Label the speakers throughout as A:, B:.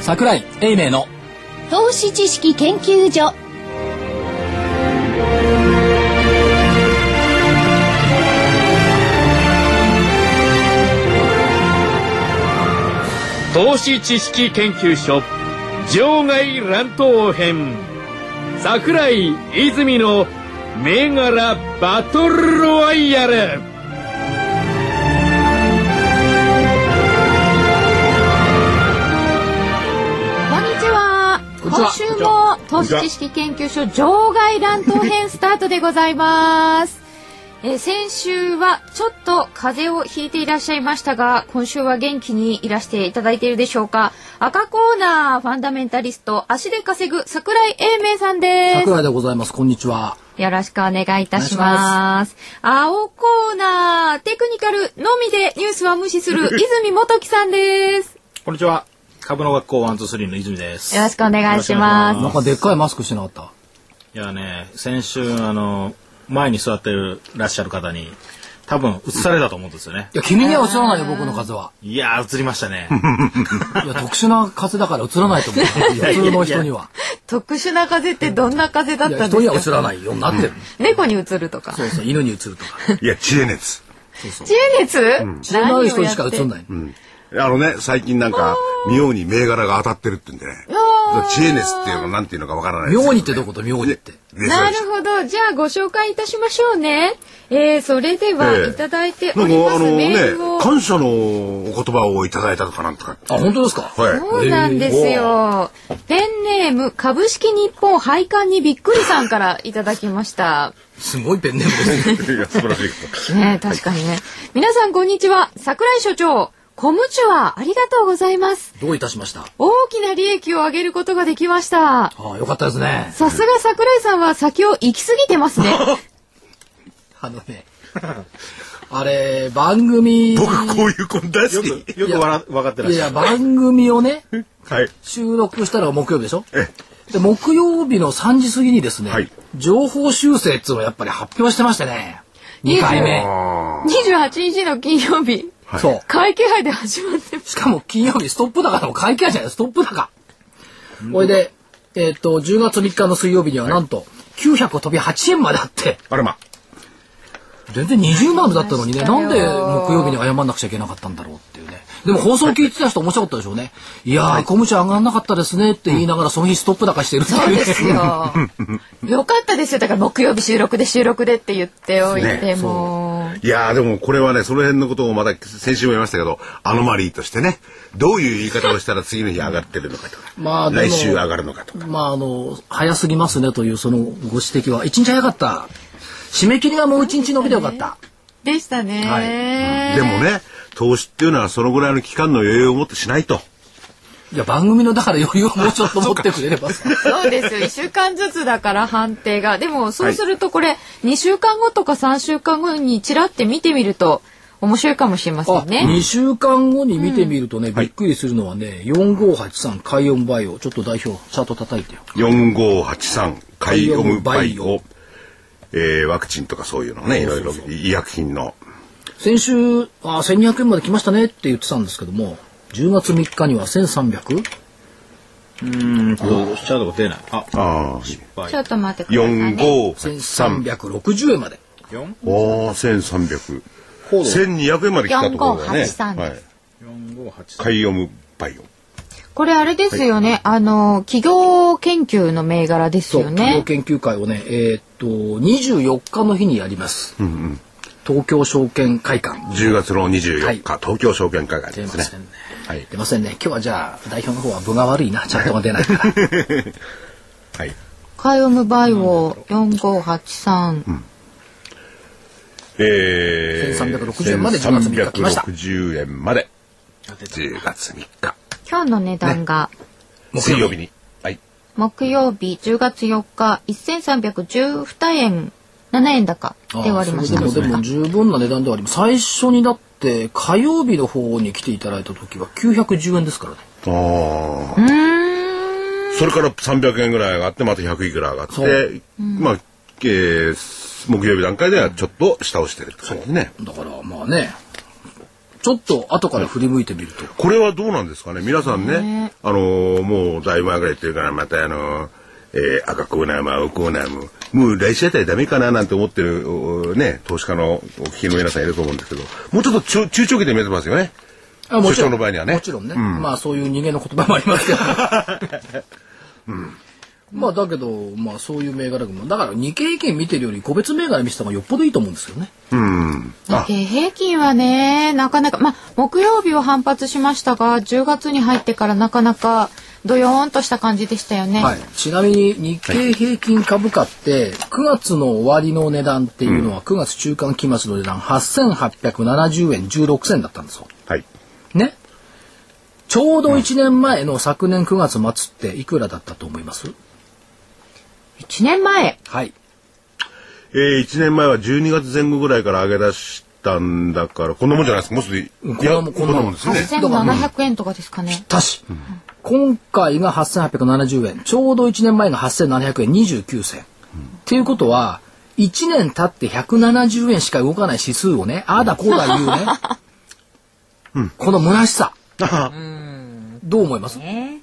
A: 桜井英明の
B: 投資知識研究所
C: 投資知識研究所場外乱闘編桜井泉の銘柄バトルロワイヤル
D: こんにちは。今週も投資知識研究所場外乱闘編スタートでございます。えー先週はちょっと風邪をひいていらっしゃいましたが、今週は元気にいらしていただいているでしょうか。赤コーナーファンダメンタリスト足で稼ぐ桜井英明さんです。
A: 桜井でございますこんにちは
D: よろしくお願いいたします。青コーナー、テクニカルのみでニュースは無視する泉元樹さんです。
E: こんにちは。株の学校ワンツースリーの泉です。
D: よろしくお願いし
A: な
D: ま
A: んかでっかいマスクしてなかった
E: いやね、先週、あの、前に座ってるらっしゃる方に、多分映されたと思うんですよね。
A: いや君には映らないよ僕の風はい
E: やー、映りましたね。
A: いや特殊な風だから映らないと思う普通の人には
D: す。特殊な風邪ってどんな風邪だ
A: い
D: った
A: や
D: んで
A: 人
D: す
A: には
D: か
A: 映らないようになってる
D: 猫に移るとか。
A: そうそう犬に映るとか
F: いや、知恵熱。
D: 知恵熱、
A: 知らない人にしか映んない
F: あのね、最近なんか、妙に銘柄が当たってるってんでね。知恵熱っていうのなんていうのかわからないですけ
A: 妙
F: ど
A: にってどこと妙にって
F: ね
D: なるほど。じゃあご紹介いたしましょうね。えー、それでは、
F: ええ
D: いただいて
F: な
D: お
F: ん
D: りま
F: か
D: す、
F: あの
D: メ
F: ね
D: ールを。、
F: 感謝のお言葉をいただいたとかなんとか。
A: あ本当ですか
F: は
D: そうなんですよ。ペンネーム、株式日本配管にびっくりさんからいただきました。
A: すごいペンネームですね
F: い。いや、素晴らしい。
D: ね確かにね。皆さんこんにちは。桜井所長、コムチュア、ありがとうございます。
A: どういたしました
D: 大きな利益を上げることができました。
A: あよかったですね
D: さすが桜井さんは先を行き過ぎてますね。
A: あのねあれ番組
F: 僕、こういう子大好
E: よ
F: き。
E: く、よくわら分かってらっ
A: い
E: しゃ
A: や
E: る。
A: 番組をね
F: はい。
A: 収録したのが木曜日でしょ
F: え
A: で木曜日の3時過ぎにですね、
F: はい
A: 情報修正っつうのをやっぱり発表してましてね2回目、
F: あ
D: 28日の金曜日、
A: そう
D: 会計杯で始まってます。
A: しかも金曜日ストップ高の会計じゃないストップ高これで、えっと10月3日の水曜日にはなんと900を飛び8円まであって
F: あれま。
A: 全然20万だったのにね
D: ありま
A: な
D: し
A: ん
D: た
A: で
D: よ
A: 木曜日に謝んなくちゃいけなかったんだろうっていうねでも放送聞いてた人面白かったでしょうねいやー小口上がんなかったですねって言いながらその日ストップ高してるって
D: そう
A: いうね
D: ですよ。よかったですよ。だから木曜日収録で収録でって言っておいて、
F: ね
D: もう。
F: いやーでもこれはね、その辺のことをまた先週も言いましたけど、アノマリーとしてね、どういう言い方をしたら次の日上がってるのかとか、
A: まあでも
F: 来週上がるのかとか。
A: まああの早すぎますねというそのご指摘は一日早かった締め切りがもう一日延びてよかった、
D: でしたね、
A: は
F: でもね、投資っていうのはそのぐらいの期間の余裕を持ってしないと。
A: いや番組のだから余裕をもうちょっと持ってくれればさ
D: そうですよ。1週間ずつだから判定が。でもそうするとこれ、2週間後とか3週間後にちらって見てみると面白いかもしれませ
A: あ
D: んね。
A: 2週間後に見てみるとね、びっくりするのはね4583海4バイオちょっと代表チャート叩いてよ
F: 4583カイオムバイ
A: カイオムバイオ
F: オ、えーワクチンとかそういうのねいろいろ医薬品の
A: 先週あ1200円まで来ましたねって言ってたんですけども10月3日には1300
E: うんと、シャドウが出ない。あ、
F: あ
D: ちょっと待ってください、ね。
F: 4583
A: 1360円まで
E: 4、
F: おー13001200円まで来たところだよね
D: 4583
F: はい
E: 4、5、8、
F: カイオムバイオ
D: これあれですよね。あの、企業研究の銘柄です
A: そう
D: よ
A: 企業
D: ね。
A: 研究会をねえーっと24日の日にやります、東京証券会館
F: 10月の24日、
A: は
F: 東京証券会がで
A: 出
F: す
A: ません
F: ね
A: ね
F: はい
A: 出ませんね今日はじゃあ代表の方は分が悪いなチャットが出ないから
F: はい
D: カイオムバイオ4583。
F: え
A: 1360円まで10月3日来ました
F: 1360円まで10月3日
D: 今日の値段が
F: 水曜日にはい
D: 木曜日10月4日1312円7円高で終わりました。
A: ああそういうことでも十分な値段ではあります最初にだって火曜日の方に来ていただいた時は910円ですからね
F: ああ。それから300円ぐらい上がって、また100いくら上がっ
A: そ
F: て、まあ、えー木曜日段階ではちょっと下をしてるって感じね。
A: だからまあねちょっと後から振り向いてみると。
F: これはどうなんですかね皆さんね、あのーもうだいぶ上がりというから、またあのーえー赤コーナーも青コーナーも、もう来週あたりダメかななんて思ってる、おね、投資家のお聞きの皆さんいると思うんですけど、もうちょっと中中長期で目指せますよね。
A: あもち
F: 所
A: ろ
F: 長
A: ん
F: の場合にはね
A: もちろんね。まあそういう人間の言葉もありますけど。まあだけど、まあそういう銘柄群も。だから日経平均見てるより個別銘柄見せた方がよっぽどいいと思うんですけどね。
F: うん。
D: 日経平均はねなかなかまあ木曜日は反発しましたが10月に入ってからなかなかドヨーンとした感じでしたよね、
A: はい。ちなみに日経平均株価って9月の終わりの値段っていうのは9月中間期末の値段8870円16銭だったんですよ。
F: はい。
A: ね。ちょうど1年前の昨年9月末っていくらだったと思います
D: 1年前
A: はい。
F: えー、1年前は12月前後ぐらいから上げ出したんだから、こんなもんじゃないですか。もうすぐ、い
A: うんこんなもん
F: やこんなもんですよね。
D: 1700円とかですかね
A: たし、今回が8870円ちょうど1年前が8700円29銭、っていうことは1年経って170円しか動かない指数をねああだこうだ言うね、この虚しさどう思います、1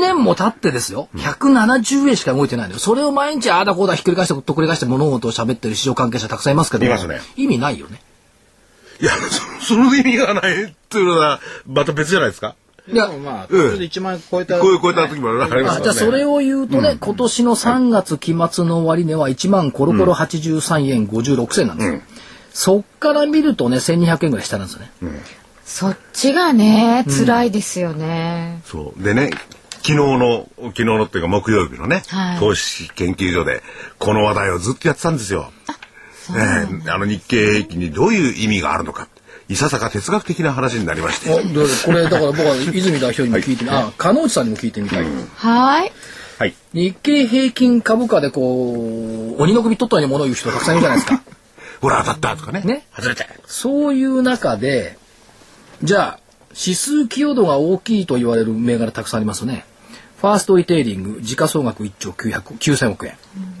A: 年も経ってですよ170円しか動いてないのよそれを毎日ああだこうだひっくり返してほっとくり返して物事を喋ってる市場関係者たくさんいますけど
F: いますね
A: 意味ないよね
F: いや、そそ の意味がないっていうのは、また別じゃないですか。
A: いや
E: でもまあ、ち
F: うん
E: ょっと1万円超えた。
F: こういう、こういった時もありま
A: あ
F: すからね。
A: じゃあそれを言うとね、今年の3月期末の終値は1万コロコロ83円56銭なんですよ。そっから見るとね、1200円ぐらい下なんですよね。
D: そっちがね辛いですよね、
F: そう。でね、昨日の、昨日のっていうか木曜日のね、
D: はい
F: 投資研究所で、この話題をずっとやってたんですよ。ええあの日経平均にどういう意味があるのか、いささか哲学的な話になりまして。
A: これだから僕は泉代表にも聞いてみ、あ、加納内さんにも聞いてみたい。
D: はい
F: はい。
A: 日経平均株価でこう、鬼の首取ったように物を言う人たくさんいるじゃないですか。
F: ほら当たったとかね。
A: ね
F: 外れた。
A: そういう中で、じゃあ、指数寄与度が大きいと言われる銘柄たくさんありますよね。ファーストリテイリング、時価総額1兆900 9000億円。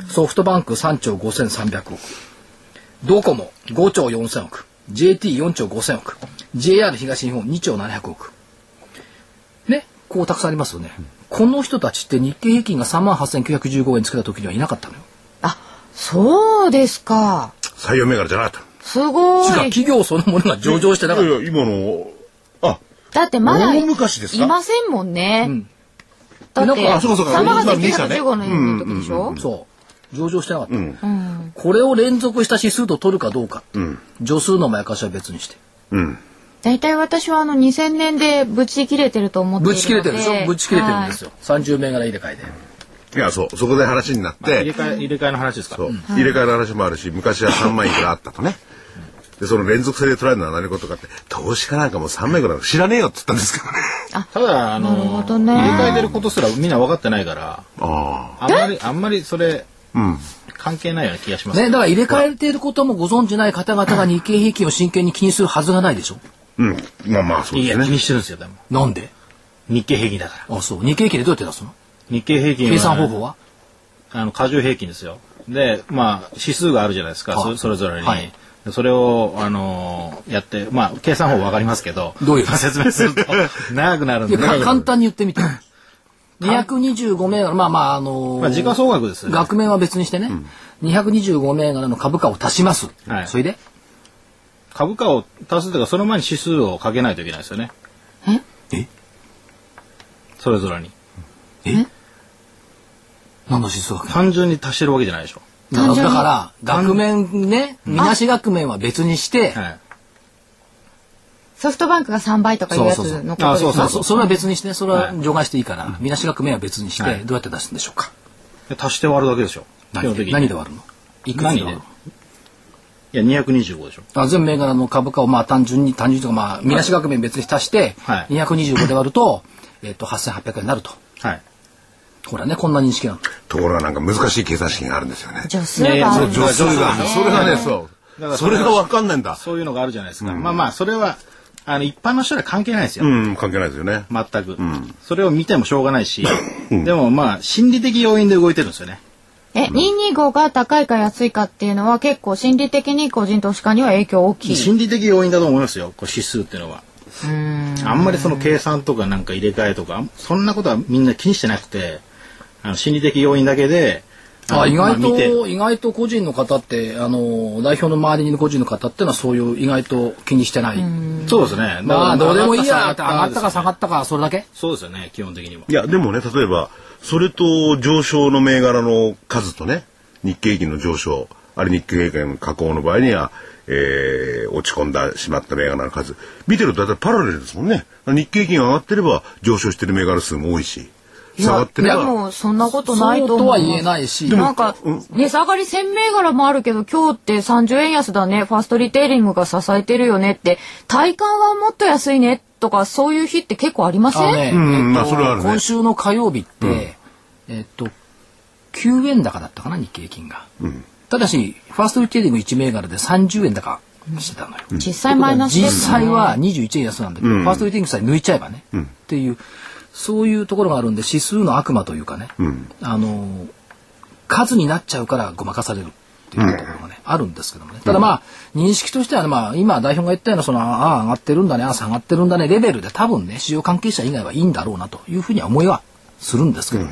A: ソフトバンク3兆5300億。ドコモ5兆4000億。JT4 兆5000億。JR 東日本2兆700億。ね、こうたくさんありますよね。この人たちって日経平均が38,915円つけた時にはいなかったのよ。
D: あそうですか
F: 採用銘柄じゃなかっ
D: すご
A: しかも
D: い
A: 企業そのものが上場してな
F: た。
A: かっ
F: い
A: た。
F: やいや、今の、あ、
D: だってまだ
F: 大
D: い
F: 昔ですか
D: ませんもんね、
A: ん
D: だって
A: あ
F: そうかそうか
D: 3月
F: 見ましたね
D: 915年の時でしょ、
A: そう。上場してなかった。
D: うん
A: これを連続した指数と取るかどうか、助数のまやかしは別にして
F: うん。
D: 大体私はあの2000年でぶち切れてると思ってい
A: ぶ
D: るので
A: ち切れてるでしょぶち切れてるんです
D: よ
A: よ30銘柄入れ替えで
F: いや、そう。そこで話になっ
E: 入れ
F: て、
E: 替え、入れ替えの話ですか
F: そ
E: ら。
F: う。入れ替えの話もあるし、昔は3枚いくらあったとね。で、その連続性で捉えるのは何事かって、投資家なんかもう3枚いくら知らねえよって言ったんですけどね。
E: ただ、あの、
D: なるほどね
E: 入れ替えてることすらみんな分かってないから、
F: あ
E: あんまり、あんまりそれ、
F: あ。うん。
E: 関係ないような気がします。
A: ねだから入れ替えていることもご存じない方々が日経平均を真剣に気にするはずがないでしょ
F: うん。まあまあ、そう
E: い
F: です
E: や、気
F: ね。
E: にしてるんですよ、でも。
A: なんで
E: 日経平均だから。
A: あそう日経平均でどうやって出すの
E: 日経平均は
A: 計算方法は
E: あの、過重平均ですよ。で、まあ、指数があるじゃないですか、
A: はい
E: そそれぞれに。
A: はい
E: でそれを、あのーやって、まあ、計算法わかりますけど、
A: どういう
E: まあ説明す ると長くなるん
A: い
E: で。
A: やか
E: ま
A: 簡単に言ってみて225銘柄まあまああのー
E: あ、時価総額ですよね。
A: 額面は別にしてね、225銘柄の株価を足します、
E: はい
A: それで
E: 株価を足すというか、その前に指数をかけないといけないですよね。
A: え
E: それぞれに。
A: え何の指数学
E: 単純に足してるわけじゃないでしょ。
A: だからだから、額面ね、みなし額面は別にして、
E: はい。
D: ソフトバンクが3倍とかいうやつのこと
E: あ
D: です
E: そ
A: ま
E: うそう
A: あ
E: そ
A: そ
E: う
A: それは別にしてね、それは
E: はい
A: 除外していいから、みなし額面は別にして、
E: はい
A: どうやって出すんでしょうか。
E: で足して割るだけでしょ。基
A: 何
E: 本
A: で
E: 的に。
A: 何で割るのいくつで割
E: 何
A: る
E: で
A: の
E: いや、225でしょ。
A: あ全銘柄の株価をまあ単純に、単純にとか、まあ、みなし額面別に足して、
E: はい
A: 225で割ると、えっと、8800円になると。
E: はい。
A: ほらね、こんな認識なの。
F: ところがなんか難しい計算式があるんですよね。
D: 女数があるん
E: いやいや
D: だ
E: 女
F: 女数が
E: 女数がね
F: それがね、そう。
E: だから
F: それがわかんないんだ。
E: そういうのがあるじゃないですか。まあまあ、それは、あの、一般の人には関係ないですよ。
F: うん、関係ないですよね。
E: 全く、それを見てもしょうがないし、でもまあ心理的要因で動いてるんですよね
D: え、225が高いか安いかっていうのは結構心理的に個人投資家には影響大きい。
E: 心理的要因だと思いますよこう指数っていうのはあんまりその計算とかなんか入れ替えとかあんそんなことはみんな気にしてなくてあの心理的要因だけで
A: あ
E: の
A: 意
E: ま
A: 外
E: 見て
A: と、意外と個人の方って、あの、代表の周りにいる個人の方ってのはそういう意外と気にしてない。
E: そうですね
A: まあ、
E: だか
A: ど
E: ら
A: うでもいいや、上が
E: 上が
A: っ
E: ったた
A: か下
E: か下
A: が
E: がっ
A: ったか、それだけ
E: たそうですよね基本的にはい
F: や、でもね、例えば、それと上昇の銘柄の数とね、日経平均の上昇、あれ日経平均下降の場合には、えー、落ち込んだしまった銘柄の数、見てると大体パラレルですもんね。日経平均が上がってれば上昇してる銘柄数も多いし、下がって
D: い
F: れ
D: や、
F: ば。
D: もうそんなことないと
A: そうと
D: 思う。
A: は言えないし、
D: なんか、値下がり1000銘柄もあるけど、今日って30円安だね、ファーストリテイリングが支えてるよねって、体感はもっと安いねとか、そういう日って結構ありませ
A: あの
D: ん、
A: ね、
F: うんまあ
A: えっと
F: それはあるね
A: 今週の火曜日って、えっと、9円高だったかな、日経金が。ただし、ファーストリテイリング1銘柄で30円高してたのよ。
D: 実際マイナスで
A: 実
D: すね
A: 際は21円安なんだけど、ファーストリテイリングさえ抜いちゃえばね、っていう、そういうところがあるんで、指数の悪魔というかね、あのー、数になっちゃうからごまかされる。っていうところがね、あるんですけどもね。ただまあ、認識としてはね、まあ、今代表が言ったような、その、ああ、上がってるんだね、ああ、下がってるんだね、レベルで多分ね、市場関係者以外はいいんだろうなというふうには思いはするんですけど、っ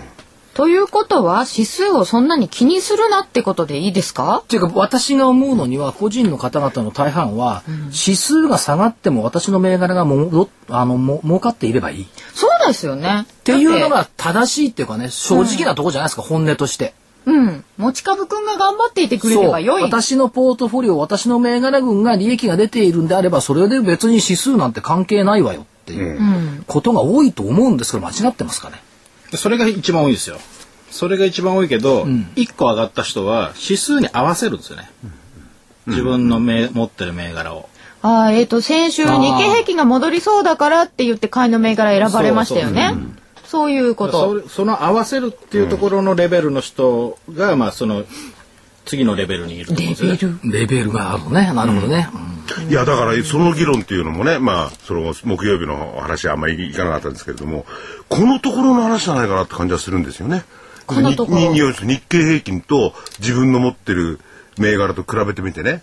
D: ということは、指数をそんなに気にするなってことでいいですか
A: ていうか、私が思うのには、個人の方々の大半は、指数が下がっても私の銘柄がもど、あの、も、儲かっていればいい。
D: そうですよね。っ
A: っていうの、が正しいっていうかね正直なとこじゃないですか、本音として。
D: うん。持ち株くんが頑張っていてくれ
A: そ
D: れ
A: う
D: ば良い。
A: 私のポートフォリオ私の銘柄群が利益が出ているんであればそれで別に指数なんて関係ないわよっていううことが多いと思うんですけど間違ってますかね。
E: それが一番多いですよそれが一番多いけど、一1個上がった人は指数に合わせるんですよね、自分の銘持ってる銘柄を
D: ああ、えっ、と、先週日経平均が戻りそうだからって言って買いの銘柄選ばれましたよね。そういうこと。
E: そその合わせるっていうところのレベルの人が、まあその次のレベルにいると思うんですよね
A: レベルがあるのねなるほどね。うん
F: いやだからその議論っていうのもね、まあ、その木曜日のお話はあんまりいかなかったんですけれどもこのところの話じゃないかなって感じはするんですよね。
D: このところ
F: にに要するに日経平均と自分の持ってる銘柄と比べてみてね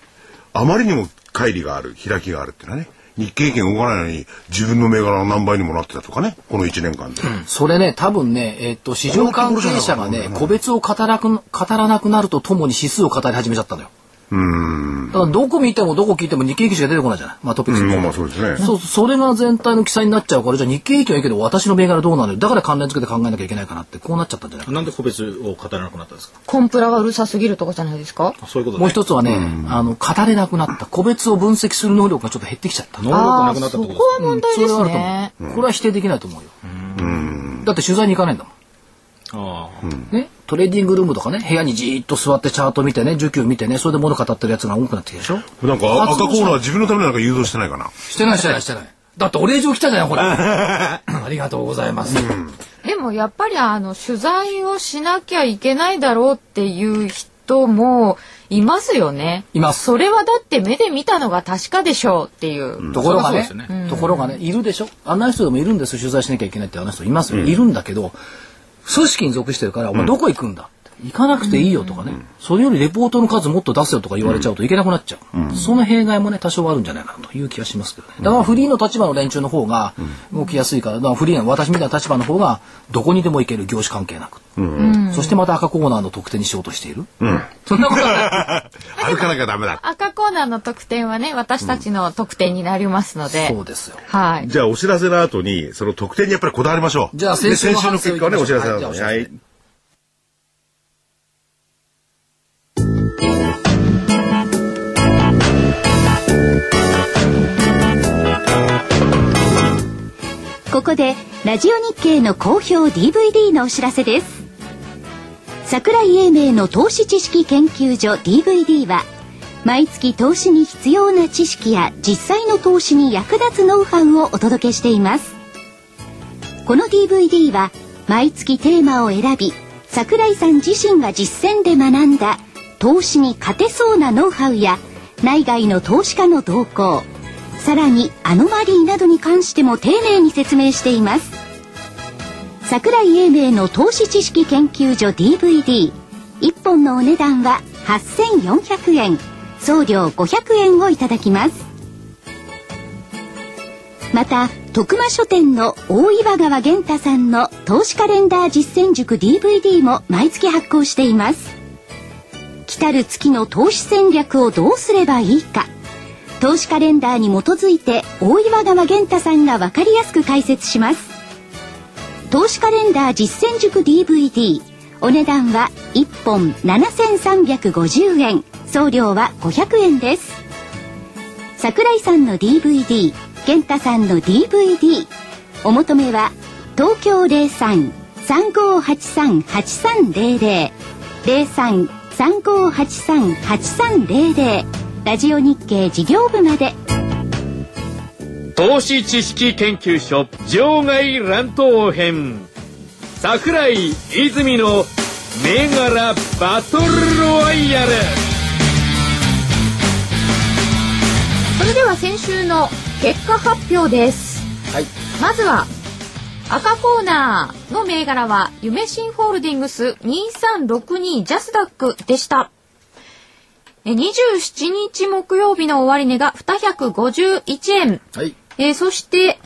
F: あまりにも乖離がある開きがあるっていうのはね日経平均動かないのに自分の銘柄の何倍にもなってたとかねこの1年間で。
A: それね多分ねえっと市場関係者がね個別を語らく語らなくなるとともに指数を語り始めちゃったのよ。だからどこ見てもどこ聞いても日経平均しか出てこないじゃない。まあトピックス
F: うん
A: も
F: まあまあそうですね。
A: そう、それが全体の記載になっちゃうから、じゃあ日経平均はいいけど、私の銘柄どうなのよ。だから関連付けて考えなきゃいけないかなって、こうなっちゃったんじゃないか
E: なんで個別を語らなくなったんですか
D: コンプラがうるさすぎるとかじゃないですか
E: そういうこ
A: な。
E: とね
A: もう一つはね、あの、語れなくなった。個別を分析する能力がちょっと減ってきちゃった。
E: 能力
D: あ
E: な
D: あ
E: くな
D: ー、
E: ったって
D: そ
E: こ
D: こと
E: です
D: は問題
A: それ
D: で
A: は
D: す
A: あると
D: ね。
A: 思う。これは否定できないと思うよ。だって取材に行かないんだもん。
E: ああ、
A: ね、トレーディングルームとかね、部屋にじーっと座ってチャート見てね、需給見てね、それで物語ってるやつが多くなってきたでしょ
F: なんか赤コーナー自分のためになんか誘導してないかな。
A: してないしてないしてない。だってお礼状来たじゃない、 ほら。ありがとうございます。
D: でもやっぱりあの取材をしなきゃいけないだろうっていう人もいますよね。
A: います
D: それはだって目で見たのが確かでしょうっていう。
A: ところがね
E: そりゃそうで
A: ところがねいるでしょあんな人でもいるんですよ取材しなきゃいけないってあんな人いますよ、いるんだけど組織に属してるから「お前どこ行くんだ」って行かなくていいよとかね、それよりレポートの数もっと出せよとか言われちゃうといけなくなっちゃう、その弊害もね多少はあるんじゃないかなという気がしますけどねだからフリーの立場の連中の方が動きやすいからだからフリーの私みたいな立場の方がどこにでも行ける業種関係なく、そしてまた赤コーナーの特典にしようとしている、そんなことはない
F: 歩かなきゃダメだ。
D: 赤コーナーの特典はね私たちの特典になりますので。
A: そうですよ
D: はい。
F: じゃあお知らせの後にその特典にやっぱりこだわりましょう。
A: じゃあ
F: で
A: 先週
F: 先
A: の
F: 週の結果をねお知らせの後
A: はい
F: に。
A: じゃあお知らせ
F: はい。
B: ここでラジオ日経の好評 DVD のお知らせです桜井英明の投資知識研究所 DVD は毎月投資に必要な知識や実際の投資に役立つノウハウをお届けしていますこの DVD は毎月テーマを選び桜井さん自身が実践で学んだ投資に勝てそうなノウハウや内外の投資家の動向さらにアノマリーなどに関しても丁寧に説明しています桜井英明の投資知識研究所 DVD1 1本のお値段は8400円送料500円をいただきますまた徳間書店の大岩川源太さんの投資カレンダー実践塾 DVD も毎月発行しています来たる月の投資戦略をどうすればいいか投資カレンダーに基づいて大岩川源太さんが分かりやすく解説します投資カレンダー実践塾 DVD お値段は1本7350円送料は500円です桜井さんの DVD 健太さんの DVD お求めは東京03-3583-8300 03-3583-8300ラジオ日経事業部まで
C: 投資知識研究所場外乱闘編桜井泉の銘柄バトルロワイヤル
D: それでは先週の結果発表です。
A: はい
D: まずは赤コーナーの銘柄は夢新ホールディングス2362ジャスダックでした。え27日木曜日の終値が251円。
A: はい
D: えーそして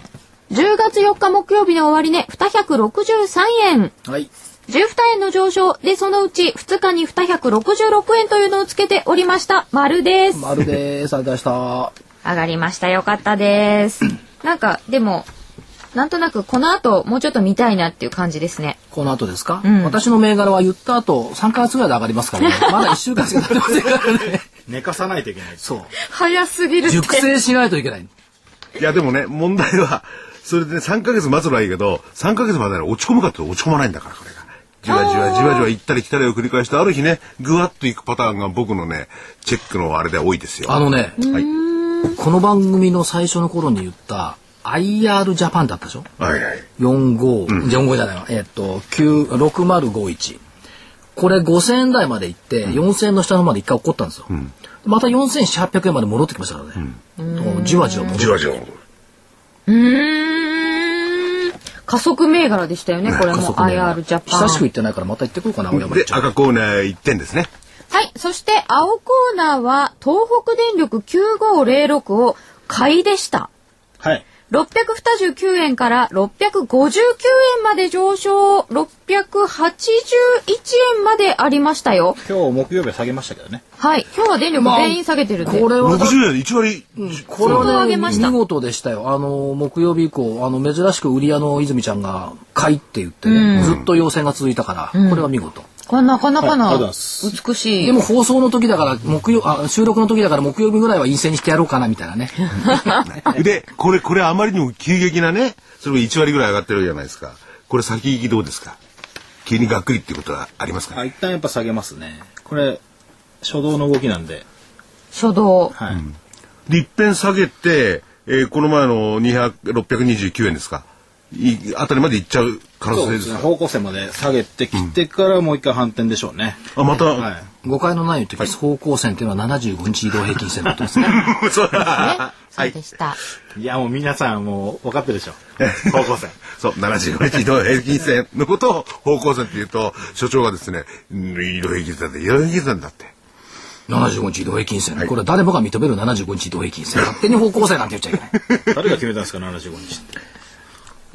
D: 10月4日木曜日の終値263円。
A: はい
D: 12円の上昇でそのうち2日に266円というのをつけておりました。丸です。
A: 丸ですありがとうございまし
D: 上がりました。よかったです。なんか、でも、なんとなくこの後、もうちょっと見たいなっていう感じですね。
A: たこの後ですか、
D: ん
A: 私の銘柄は言った後3ヶ月ぐらいで上がります からねまだ1週間しか経ってませんからね
E: 寝かさないといけない。
A: そう
D: 早すぎるって。
A: 熟成しないといけない
F: いや、でもね、問題は、それで3ヶ月待つのはいいけど、3ヶ月までなら落ち込むかって落ち込まないんだから、これが。じわじわじわじわ行ったり来たりを繰り返して、ある日ね、ぐわっと行くパターンが僕のね、チェックのあれでは多いですよ。
A: あのね
F: はい。
A: この番組の最初の頃に言った IR ジャパンだったでしょ
F: はいはい。
A: 45、45じゃないわ。えっと、9 6051。これ5000円台まで行って、4000円の下の方まで一回起こったんですよ。また4800円まで戻ってきましたからね。こうじわじわ戻って
F: じわじわ。
D: うーん。加速銘柄でしたよね、これも。IR ジャパ
A: 久
D: ン。
A: しく行ってないからまた行ってこようかな、青山
F: で、
A: ちゃん
F: 赤コーナー1点ですね。
D: はい。そして、青コーナーは、東北電力9506を買いでした。
E: はい。
D: 629円から659円まで上昇、681円までありましたよ。
E: 今日木曜日は下げましたけどね。
D: はい。今日は電力全員下げてるんで。
A: これは、
F: 60円で1割。
A: これ
D: 相当
A: は
D: 上
A: ね、
D: げました
A: 見事でしたよ。あの、木曜日以降、あの、珍しく売り屋の泉ちゃんが買いって言ってね、ずっと要請が続いたから、これは見事。
D: これなかなか
E: はいありがと
D: な
E: うございます
D: 美しい。
A: でも放送の時だから、木曜、あ、収録の時だから木曜日ぐらいは陰性にしてやろうかな、みたいなね。
F: で、これ、これあまりにも急激なね、それが1割ぐらい上がってるじゃないですか。これ先行きどうですか急にがっくりってことはありますか
E: あ、一旦やっぱ下げますね。これ、初動の動きなんで。
D: 初動。
E: はい。
F: で、一遍下げて、えーこの前の200 629円ですか。いあたりまで行っちゃう可能
E: そう
F: 性
E: で
F: ですす
E: ね。
F: か
E: 方向性まで下げてきてからもう一回反転でしょうね。
F: あ、また、
E: はい。
A: 誤解のないように言うと方向線というのは75日移動平均線のことですね。
F: そう
D: ね
F: だ。
D: そ
F: は
D: う
F: い
D: で。した。
E: いや、もう皆さんもう分かってるで しょ。 方向性。
F: そう、75日移動平均線のことを方向線って言うと、所長がですね、うん移動平均線で移動平均線だって。
A: 75日移動平均線。これは誰もが認める75日移動平均線。勝手に方向線なんて言っちゃい けない。
E: 誰が決めたんですか、75日って。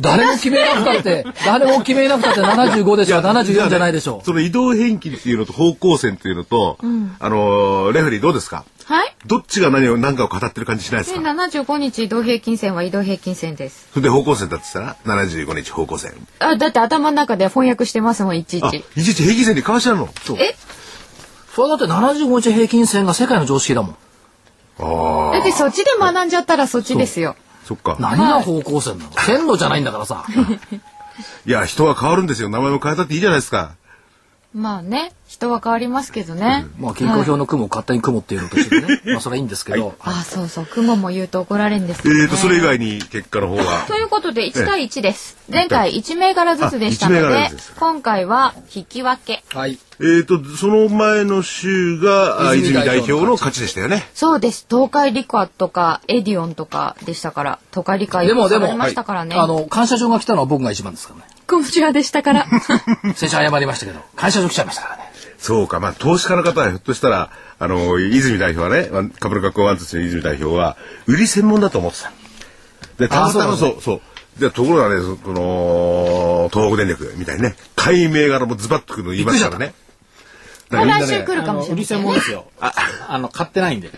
A: 誰も決めなくたって、誰も決めなくたって75でしょ、74じゃないでしょ。
F: その移動平均っていうのと方向線っていうのと、あのーレフェリーどうですか
D: はい。
F: どっちが何を何かを語ってる感じしないです
D: で、
F: か、
D: 75日移動平均線は移動平均線です。
F: それで方向線だって言ったら75日方向線
D: あ、だって頭の中で翻訳してますもん、いちい
F: あ
D: ち。
F: いちいち平均線に交わしちゃうの
D: え
A: それだって75日平均線が世界の常識だもん。
F: あ
D: だってそっちで学んじゃったらそっちですよ。
F: あそっか
A: 何が方向線なの線路じゃないんだからさ。
F: いや人は変わるんですよ名前も変えたっていいじゃないですか
D: まあね、人は変わりますけどね。
A: まあ、健康表の雲を勝手に雲っていうのとしてね。まあ、それはいいんですけど。
D: あ、そうそう、雲も言うと怒られるんです
F: え
D: けどね
F: ーとそれ以外に結果の方は
D: ということで、1対1です。前回1銘柄ずつでしたの
F: あ一銘柄
D: で
F: ずつです、
D: 今回は引き分け。
A: はい。
F: えーとその前の週があ
A: 泉
F: 泉
A: 代
F: 代
A: 表
F: 表
A: の
F: の勝ちでしたよね
D: そうです。東海リカとか、エディオンとかでしたから、東海リカ
A: でもで
D: 下が
A: も、
D: りましたからね。
A: あの、感謝状が来たのは僕が一番ですからね。
D: こちらでしたから。
A: 先週謝りましたけど、感謝状来ちゃいましたからね。
F: そうか、まあ、投資家の方はひょっとしたら、あの、泉代表はね、まあ株の学校ワンツーの泉代表は、売り専門だと思ってた。で、たまたまそう、そう。で、ところがね、そその、東北電力みたいにね、買い銘柄もズバッとくるの言いましたからね。だ
D: もう
F: から
D: 来
F: みんな
D: 週
F: ね
D: 来る
E: あ
D: かも
E: の
D: しれ
E: 売り
D: ない。
E: 専門ですよ。あ、あの、買ってないんで。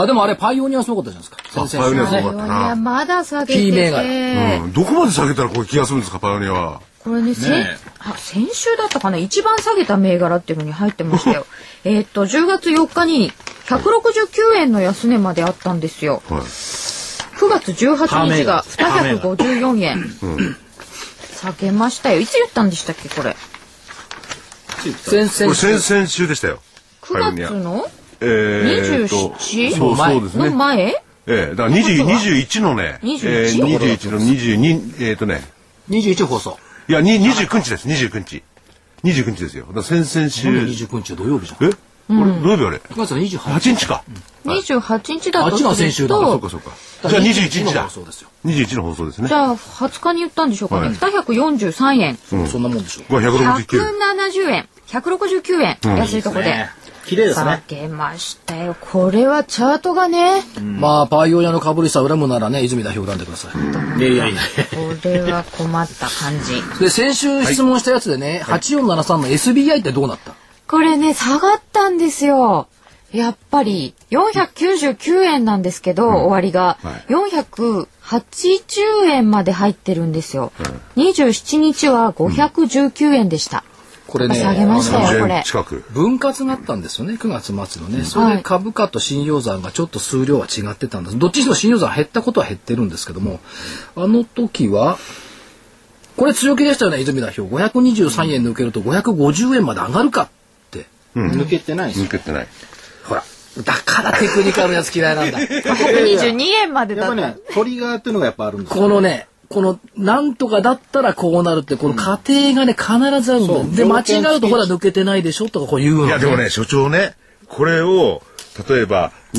A: あ、でもあれ、パイオニアすごかったじゃないですか。
F: あパイオニアすご
A: ね
F: かっ
D: い
F: た
D: や、
F: な。
D: まだ下げて
A: キー銘
D: て、
F: うん、どこまで下げたらこれ気がするんですか、パイオニアは。
D: これね、せん
E: ねえ
D: あ先週だったかな、一番下げた銘柄っていうのに入ってましたよ。えーっと、10月4日に169円の安値まであったんですよ。
F: はい。
D: 9月18日が
E: パー銘柄
D: 254円。下げましたよ。いつ言ったんでしたっけ、これ。
A: 先
F: これ
A: 々
F: 先
A: 週。
F: 々週でしたよ。パイオ
D: 9
F: ニア
D: 月の
F: えーっと
D: 27?
F: そうそうです
D: の
F: ね。
D: 前
F: ええ、だから20 21のね、
D: 21
F: えー、21の22、えーっとね、
A: 21放送。
F: いや、に29日です、29日。29日ですよ。だから先々週。
A: 今度29日土曜日じゃん。
F: え俺、土曜日あれ
A: 9月の28
F: ?8 日か。
D: 28日だ
A: あ
D: と
A: っ
D: す
A: ちが先週
D: ると
A: だ
F: あ、そうかそうか。じゃあ21日だ
A: 放。送ですよ。
F: 21の放送ですね
D: じ。ゃあ20日に言ったんでしょうかね、
F: はい
D: 243円
A: そんなもんでしょう。
F: これ169。
D: 170円169円、安いとこで
E: ね綺麗です
D: 下
E: ね。
D: げましたよこれはチャートがね
A: まあ、パイオニアの株主さん恨むならね、泉代表恨んでください。
E: いやいやいや。
D: これは困った感じ
A: で、先週質問したやつでね、8473の SBI ってどうなった
D: これね下がったんですよやっぱり499円なんですけど、終わりが、480円まで入ってるんですよ、27日は519円でした、
A: これね、
D: 下げましたよ
A: あの
D: これ
F: 30円近く。
A: 分割があったんですよね、9月末のね。それで株価と信用残がちょっと数量は違ってたんです。どっちにしても信用残減ったことは減ってるんですけども、あの時は、これ強気でしたよね、泉代表。523円抜けると550円まで上がるかって。
E: 抜けてないですよ
F: 抜けてない。
A: ほら、だからテクニカルなやつ嫌いなんだ。
D: 122円まで
E: や
D: だ
E: っぱ
D: っ
E: り
D: た
E: ね、トリガーっていうのがやっぱあるんですよ。
A: このね、この、なんとかだったらこうなるって、この過程がね、必ずあるんだよ
E: そう
A: で、間
E: 条件
A: 違うとほら抜けてないでしょとかこう言うの。
F: いや、でもね、所長ね、これを、例えば、220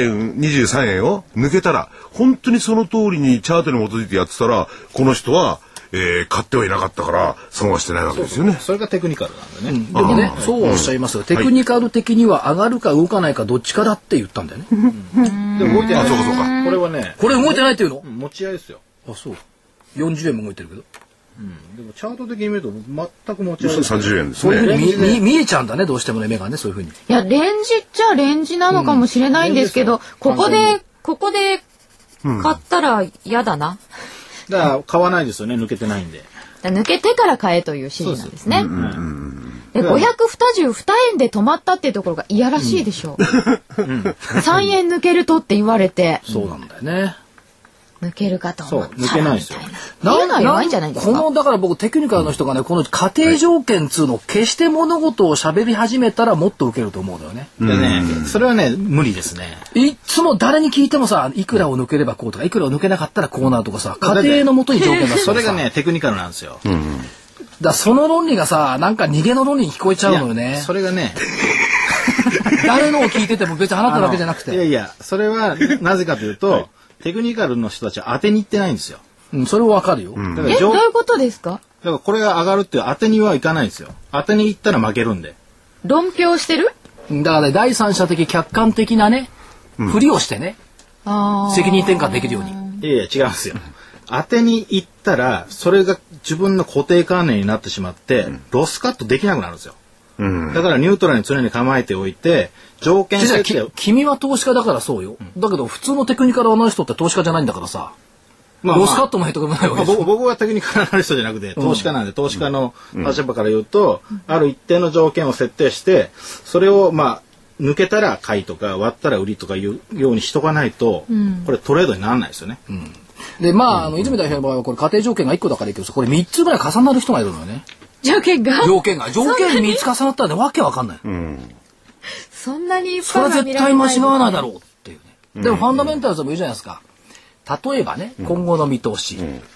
F: 円、23円を抜けたら、本当にその通りにチャートに基づいてやってたら、この人は、えー買ってはいなかったから、損はしてないわけですよね。
E: それがテクニカルなんでね。
A: でもね、そうはおっしゃいますよ。テクニカル的には上がるか動かないかどっちかだって言ったんだよね。
E: で動いてない。
F: あそうかそうか
E: これはね、
A: これ動いてないっていうの
E: うん持ち合いですよ。
A: あ、そう。40円も動いてるけど。
E: でもチャート的に見ると全く持ち合いですよ。
F: 30円です
A: そういう
F: ね。
A: ふうに見見見えちゃうんだね、どうしてもね、目がね、そういうふうに。
D: いや、レンジっちゃレンジなのかもしれないんですけど、ここで、ここで買ったら嫌だな。
E: だから買わないですよね、抜けてないんで。
D: だから抜けてから買えという指示なんですね。で、
E: うん
D: 522円で止まったっていうところがいやらしいでしょう。3円 抜けるとって言われて、
A: そうなんだよね。
D: 抜けるかと思ったら
E: そう抜けないですよ
D: みたいな。っていうのは弱いんじゃないです
A: こ
D: か。
A: の、だから僕、テクニカルの人がね、この家庭条件っつうのを決して物事を喋り始めたらもっと受けると思うんだよね。
E: でね、それはね、無理ですね。
A: いっつも誰に聞いてもさ、いくらを抜ければこうとか、いくらを抜けなかったらこうなるとかさ、家庭のもとに条件が
E: それが
A: さ
E: ね、テクニカルなんですよ。
A: だその論理がさ、なんか逃げの論理に聞こえちゃうのよ
E: い
A: ね
E: や。それがね、
A: 誰のを聞いてても別にあなただけじゃなく
E: いや
A: て。
E: いや、それはなぜかというと、テクニカルの人たちは当てに行ってないんですよ。
A: うん、それはわかるよ。
E: だか
D: え、
E: ら
D: ど
E: 上
D: ういうことですか
E: だからこれが上がるっていう当てにはいかないんですよ。当てに行ったら負けるんで。
D: 論評してる
A: だからね、第三者的客観的なね、ふりをしてね、
D: あー
A: 責任転換できるように。
E: いやいや、違うんですよ。当てに行ったら、それが自分の固定観念になってしまって、ロスカットできなくなるんですよ。だからニュートラルに常に構えておいて、条件
A: じゃあ
E: 設
A: き
E: 定を、
A: 君は投資家だからそうよ。だけど普通のテクニカルアナリストって投資家じゃないんだからさ、
E: まあま
A: ロ
E: あ
A: スカットもヘッドもないわ
E: ま
A: け
E: あ
A: でしょ。
E: 僕僕はテクニカルアナリストじゃなくて、投資家なんで、投資家の立場から言うと、ある一定の条件を設定して、それをまあ、抜けたら買いとか、割ったら売りとかいうようにしとかないと、これトレードにならないですよね。
A: で、まあ、あの、泉代表の場合はこれ家庭条件が1個だからいいけどさ、これ3つぐらい重なる人がいるのよね。
D: 条件が
A: 条件が。条件3つ重なったらね、わけわかんない。
D: そんなにいっ
A: そ
D: ぱ
A: れ
D: いは
A: は
D: 見
A: 絶
D: られ
A: 対
D: な
A: 間
D: いです
A: 違わないだろうっていうね。でもファンダメンタルズも言うじゃないですか。例えばね、今後の見通し。えー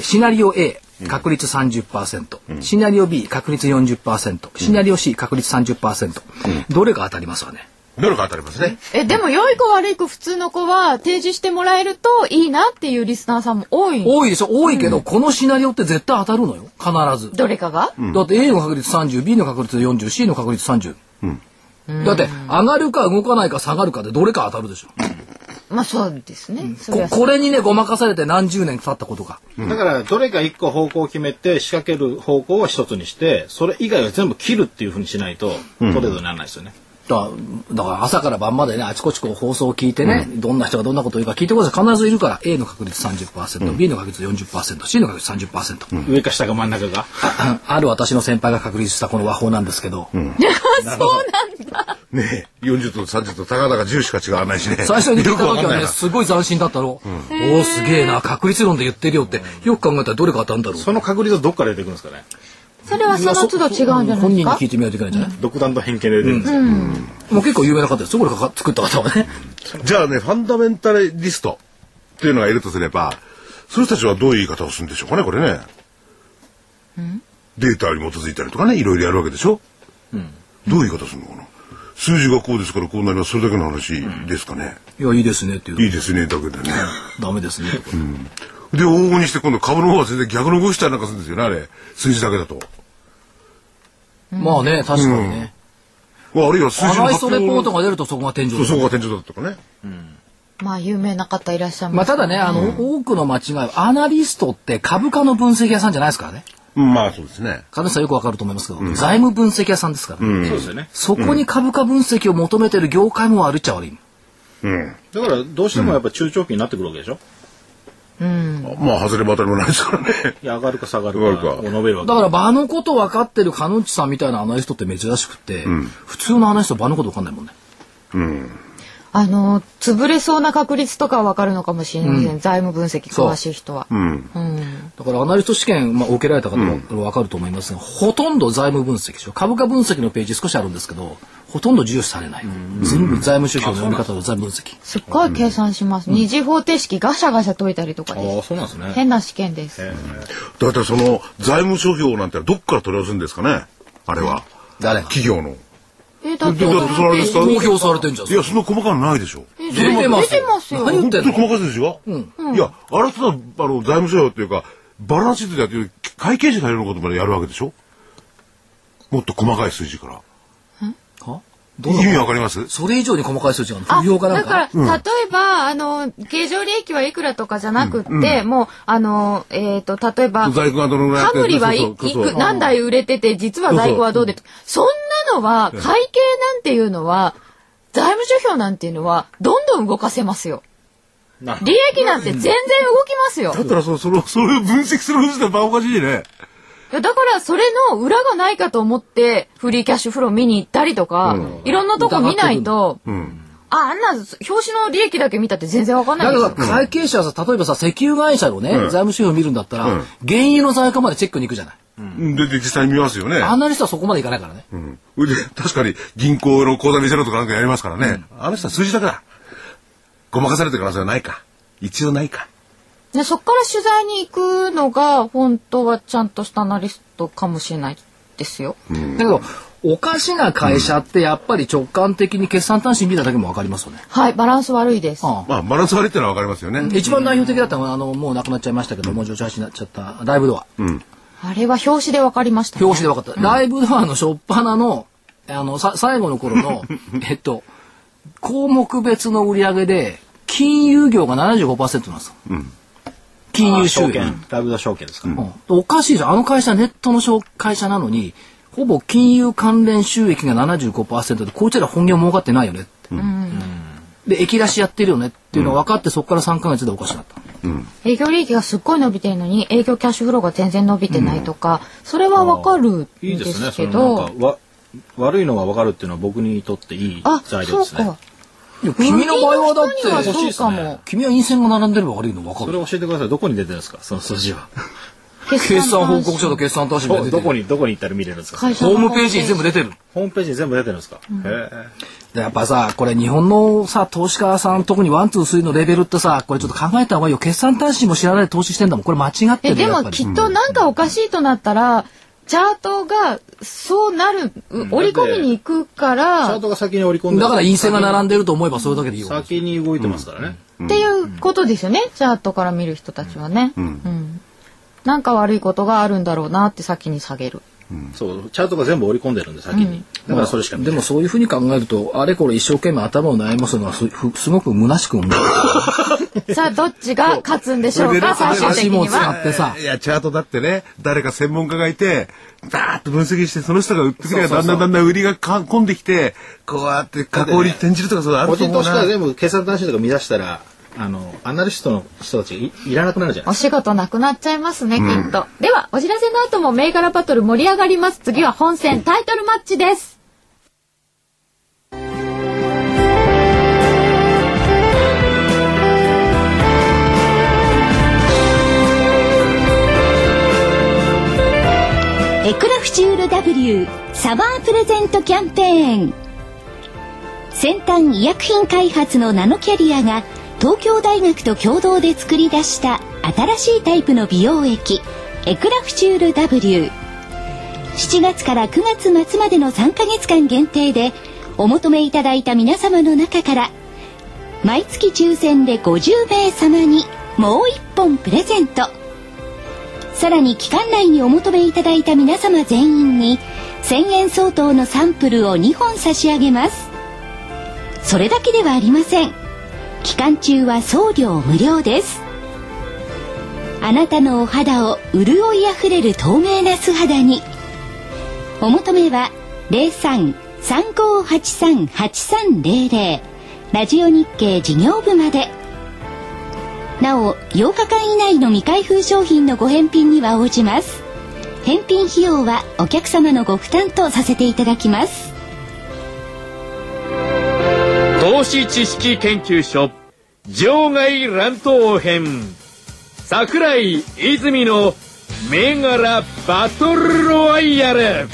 A: シナリオ A、確率30%。シナリオ B、確率40%。シナリオ C、確率30%。どれが当たりますわね。
F: どれか当たりますね。
D: え、でも良い子悪い子普通の子は提示してもらえるといいなっていうリスナーさんも多い。
A: 多いでしょ多いけど、このシナリオって絶対当たるのよ必ず
D: どれかが、
A: だって A の確率 30B の確率40 C の確率30、だって上がるか動かないか下がるかでどれか当たるでしょ
D: まあそうですね。それ
A: こ
D: は
A: これにねごまかされて何十年経ったことが
E: だから、どれか一個方向を決めて、仕掛ける方向は一つにして、それ以外は全部切るっていうふうにしないと、トレードにならないですよね。
A: だだから朝から晩までねあちこちこう放送を聞いてね、どんな人がどんなことを言うか聞いてください必ずいるから A の確率 30%B の確率 40%C の確率30%、
E: 上か下か真ん中が。
A: あある私の先輩が確立したこの和法なんですけど、
F: ねえ40と30とたかだか10しか違わないしね。
A: 最初に聞いた
F: よくわか
A: 時
F: んな
A: はいね
F: な。
A: すごい斬新だったろ、おおすげえな確率論で言ってるよってよく考えたらどれが当たるんだろう
E: その確率はどっから出てくるんですかね。
D: それはその都度違うんじゃな
A: 本
D: いです
A: 人に
D: か
A: 聞いてみないといけないんじゃない、
E: 独断と偏見で出てくるんですよ。
A: もう結構有名な方ですよこれかか作った方はね
F: じゃあね、ファンダメンタリストっていうのがいるとすれば、そういう人たちはどういう言い方をするんでしょうかね、これね。データに基づいたりとかね、いろいろやるわけでしょ。どういう言い方するのかな。数字がこうですからこうなります。それだけの話ですかね。
A: いやいいですねっていう
F: いいですね、だけでね。
A: ダメですねとか
F: で、往々にして今度株の方は全然逆の動きしたりなんかするんですよね、あれ。数字だけだと。
A: まあね確かにね、
F: まあ、あるいは数字の
A: アナリス
F: 発
A: ト
F: 表
A: レポート
F: の
A: が出るとそこが天井
F: そうそこが天井だったとかね。
D: まあ有名な方いらっしゃい
A: ま
D: ま
A: あ、
D: す。
A: ただね、あの、多くの間違いは、アナリストって株価の分析屋さんじゃないですからね。
F: うんまあ、そうですね。
A: 金さんよくわかると思いますけど、財務分析屋さんですから、
E: そうですよね。
A: そこに株価分析を求めてる業界も悪いっちゃ悪い。
F: うん。
E: だから、どうしてもやっぱ中長期になってくるわけでしょ。
F: まあ、外れも当たりもないですからね。
E: いや上がるか下がる
F: 上
E: か
F: がるか
E: を述べるわけ
A: だから場のこと分かってる鹿野内さんみたいなアナリストって珍しくって、普通のアナリスト場のこと分かんないもんね。
D: あの、潰れそうな確率とかはわかるのかもしれません。財務分析詳しい人は。
F: うん。
A: だからアナリスト試験、まあ、受けられた方は分かると思いますが、ほとんど財務分析でしょ株価分析のページ少しあるんですけどほとんど重視されない、全部財務指標の読み方と財務分析
D: すっごい計算します。二次方程式ガシャガシャ解いたりとか
E: あ
D: で
E: あ、そうなんです
D: す。
E: ね。
D: 変な試験です。
F: だいたいその財務諸表なんてどっから取り寄せるんですかねあれは。
A: 誰が
F: 企業の。
D: え、だって
F: だだってそれあれですか
A: 公表されてんじゃん
F: いや、そんな細かいのないでしょ。
D: え
A: 出てます
D: 出てますよ
A: 何言っ
F: 本
A: て
F: 当
A: んの
F: に細かい数字は、いや、あれただ、あの、財務諸表っていうか、バランスシートでやってる会計士がやるようなことまでやるわけでしょもっと細かい数字から。
A: は
F: 意味わかります
A: それ以上に細かい数値があるの
D: あ
A: 不評かなん
D: だ
A: か
D: から、例えば、あの、経常利益はいくらとかじゃなくって、もう、あの、えっ、と、例えば、
F: 在庫がどのぐらいあっ
D: カ
F: て
D: ムリはい
F: そう
D: い
F: そうそう
D: く、何台売れてて、実は在庫はどうでと。そんなのは、会計なんていうのは、財務諸表なんていうのは、どんどん動かせますよ。
E: な
D: 利益なんて全然動きますよ。
F: だったら、その、その、それを分析すること自体バおかしいね。
D: いやだから、それの裏がないかと思って、フリーキャッシュフロー見に行ったりとか、いろんなとこ見ないと、あ、あんな、表紙の利益だけ見たって全然わかんな
A: だ
D: いで
A: け
D: す
A: ど
D: よ。
A: 会計士はさ、例えばさ、石油会社のね、財務指標を見るんだったら、原油の在庫までチェックに行くじゃない。
F: うんで、で実際に見ますよね。
A: アナリストはそこまで行かないからね。
F: うん。それで、確かに銀行の口座見せろとかなんかやりますからね。あの人は数字だから。ごまかされてる可能性はないか。一応ないか。
D: ね、そこから取材に行くのが本当はちゃんとしたアナリストかもしれないですよ。
A: だけど、おかしな会社ってやっぱり直感的に決算単身見ただけでもわかりますよね。
D: はい、バランス悪いです。
A: あ
F: まあ、バランス悪いってのはわかりますよね。
A: 一番代表的だったのは、あの、もう亡くなっちゃいましたけど、もう女子配になっちゃった、ライブドア。
D: あれは表紙で分かりました、
A: 表紙で分かった。ライブドアの初っ端の、あの、さ、最後の頃の、えっと、項目別の売り上げで、金融業が75%なんですよ。金融収
E: 証
A: 益。
E: 券、ラブダ証券ですか。
A: うんおかしいじゃん。あの会社ネットの会社なのに、ほぼ金融関連収益が75%で、こいつら本業儲かってないよねって。で、駅出しやってるよねっていうのが分かって、そこから3ヶ月でおかしなった。
D: 営業利益がすっごい伸びてるのに営業キャッシュフローが全然伸びてないとか、それは分かるん
E: いいで
D: です
E: ね。
D: す
E: そ
D: け
E: れな
D: ど
E: んか、、わ、悪いのがわかるっていうのは僕にとっていい
D: あ、
E: 材料
D: そ
E: で
D: う
E: すね
D: か。。
A: いや君の場合はだ
D: 右の
A: っ
D: 人
A: て、
D: にはそうかも。
A: 君は陰線が並んでれば悪いの分
E: そ
A: か
E: れ
A: る。
E: 教えてください。どこに出てるんですかその数字は。
A: 決算報告書と決算投資が出てる
E: どこに、どこに行ったら見れるんですか
D: 会社
A: ホ
D: の
A: ームページに全部
D: ホームペ
A: 出
D: ージ
A: てる。
E: ホームページに全部出てるんですか、へえ。
A: でやっぱさ、これ日本のさ、投資家さん、特にワン、ツー、スリーのレベルってさ、これちょっと考えた方がいいよ。決算単身も知らないで投資してんだもん。これ間違って
D: え
A: るよや
D: で
A: っ
D: も
A: ぱり
D: きっとなんかおかしいとなったらチャートがそうなる、う織り込みに行くか
E: チャ
D: ら
E: ー
D: っ
E: トが先に織り込んで
A: だから陰
E: イン
A: 性が並んでると思えばそれだけでいいわけです
E: 先に動いてますからね。
D: ていうことですよねチャートから見る人たちはね。うんなんか悪いことがあるんだろうなって先に下げる。
E: そう、チャートが全部織り込んでるんで先に。だからそれしか見
A: で
E: ない。
A: もそういうふうに考えるとあれこれ一生懸命頭を悩ますのはすふすごく虚しく 思う
D: さあどっちが勝つんでしょうか
F: そ
D: 最
F: れでね
D: 終的
A: 足
D: に
A: も
D: は
A: 使。ってさ
F: いや、チャートだってね、誰か専門家がいて、ダーッと分析して、その人が売ってくれば、だんだんだんだん売りがか込んできて、こうやって加工に転じるとか、そういうのあ
E: 個
F: ると
E: 人
F: 思
E: 投
F: う
E: 資家が
F: な。
E: 全部計算端子とか見出したら、あの、アナリストの人たちいいらなくなるじゃない
D: お仕事なくなっちゃいますね、きっと。では、お知らせの後も銘柄バトル盛り上がります。次は本戦タイトルマッチです。
B: エクラフチュール W サマープレゼントキャンペーン先端医薬品開発のナノキャリアが東京大学と共同で作り出した新しいタイプの美容液エクラフチュール W 7月から9月末までの3ヶ月間限定でお求めいただいた皆様の中から毎月抽選で50名様にもう1本プレゼントさらに期間内にお求めいただいた皆様全員に1000円相当のサンプルを2本差し上げますそれだけではありません期間中は送料無料ですあなたのお肌を潤いあふれる透明な素肌にお求めは03-3583-8300ラジオ日経事業部までなお8日間以内の未開封商品のご返品には応じます返品費用はお客様のご負担とさせていただきます
C: 投資知識研究所場外乱闘編桜井泉の銘柄バトルロワイヤル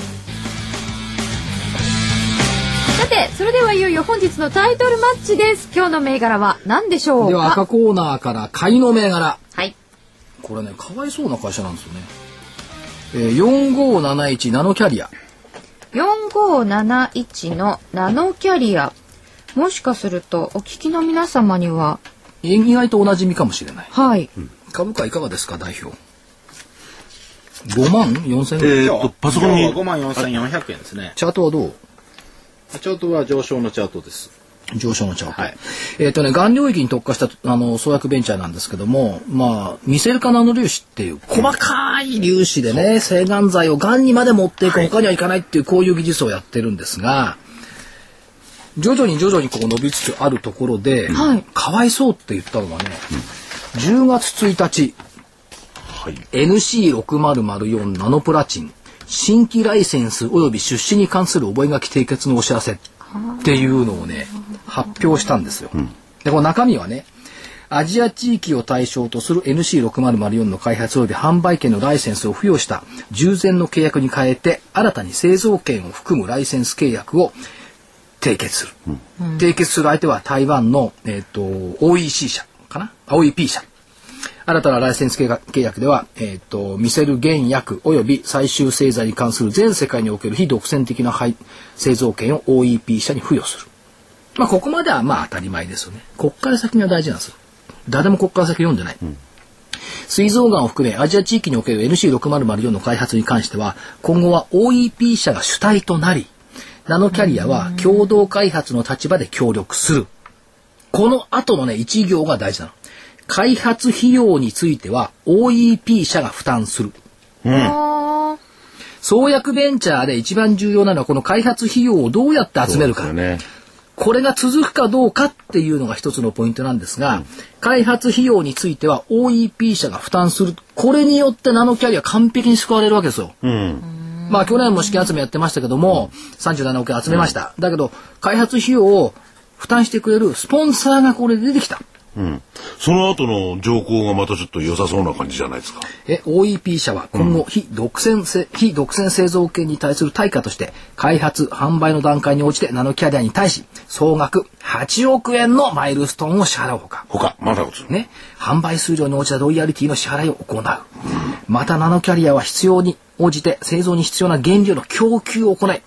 D: さて、それではいよいよ本日のタイトルマッチです。今日の銘柄は何でしょう
A: では
D: か
A: 赤コーナーから買いの銘柄
D: はい。
A: これねかわいそうな会社なんですよね、えー、4571ナノキャリア
D: 4571のナノキャリア。もしかすると、お聞きの皆様には、
A: 意外とおなじみかもしれない
D: はい。
A: 株価いかがですか代表5万4000円、
F: えーっと、パソコンに、
E: 5万4400円ですね。
A: チャートはどう
E: チャートは上昇のチャートです。
A: 上昇のチャート、
E: はい
A: えっ、とねがん領域に特化したあの創薬ベンチャーなんですけどもまあミセル化ナノ粒子っていう細かい粒子でね制がん剤をがんにまで持っていく他にはいかないっていうこういう技術をやってるんですが徐々に徐々にこう伸びつつあるところで、
D: はい
A: かわいそうって言ったのがね、10月1日、NC6004 ナノプラチン新規ライセンス及び出資に関する覚書締結のお知らせっていうのをね発表したんですよ。でこの中身はねアジア地域を対象とする NC6004 の開発及び販売権のライセンスを付与した従前の契約に変えて新たに製造権を含むライセンス契約を締結する、締結する相手は台湾の、えー、と OEC 社かな OEP 社新たなライセンス契約契約では、えー、と見せる原薬及び最終製剤に関する全世界における非独占的な配製造権を OEP 社に付与するまあここまではまあ当たり前ですよねこっから先が大事なんですよ誰もこっから先読んでない、膵臓がんを含めアジア地域における NC6004 の開発に関しては今後は OEP 社が主体となりナノキャリアは共同開発の立場で協力するこの後のね1行が大事なの開発費用については OEP 社が負担する
D: おー
A: 創薬ベンチャーで一番重要なのはこの開発費用をどうやって集めるか、
F: そうですよね
A: これが続くかどうかっていうのが一つのポイントなんですが、開発費用については OEP 社が負担する。これによってナノキャリア完璧に救われるわけですよ。まあ去年も資金集めやってましたけども、37億円集めました。だけど、開発費用を負担してくれるスポンサーがこれで出てきた。
F: うん。その後の上皇がまたちょっと良さそうな感じじゃないですか。
A: え OEP 社は今後非独占せ、非独占製造権に対する対価として開発販売の段階に応じてナノキャリアに対し総額8億円のマイルストーンを支払うほか
F: 他、まだです。
A: ね販売数量に応じたロイヤリティの支払いを行う、またナノキャリアは必要に応じて製造に必要な原料の供給を行い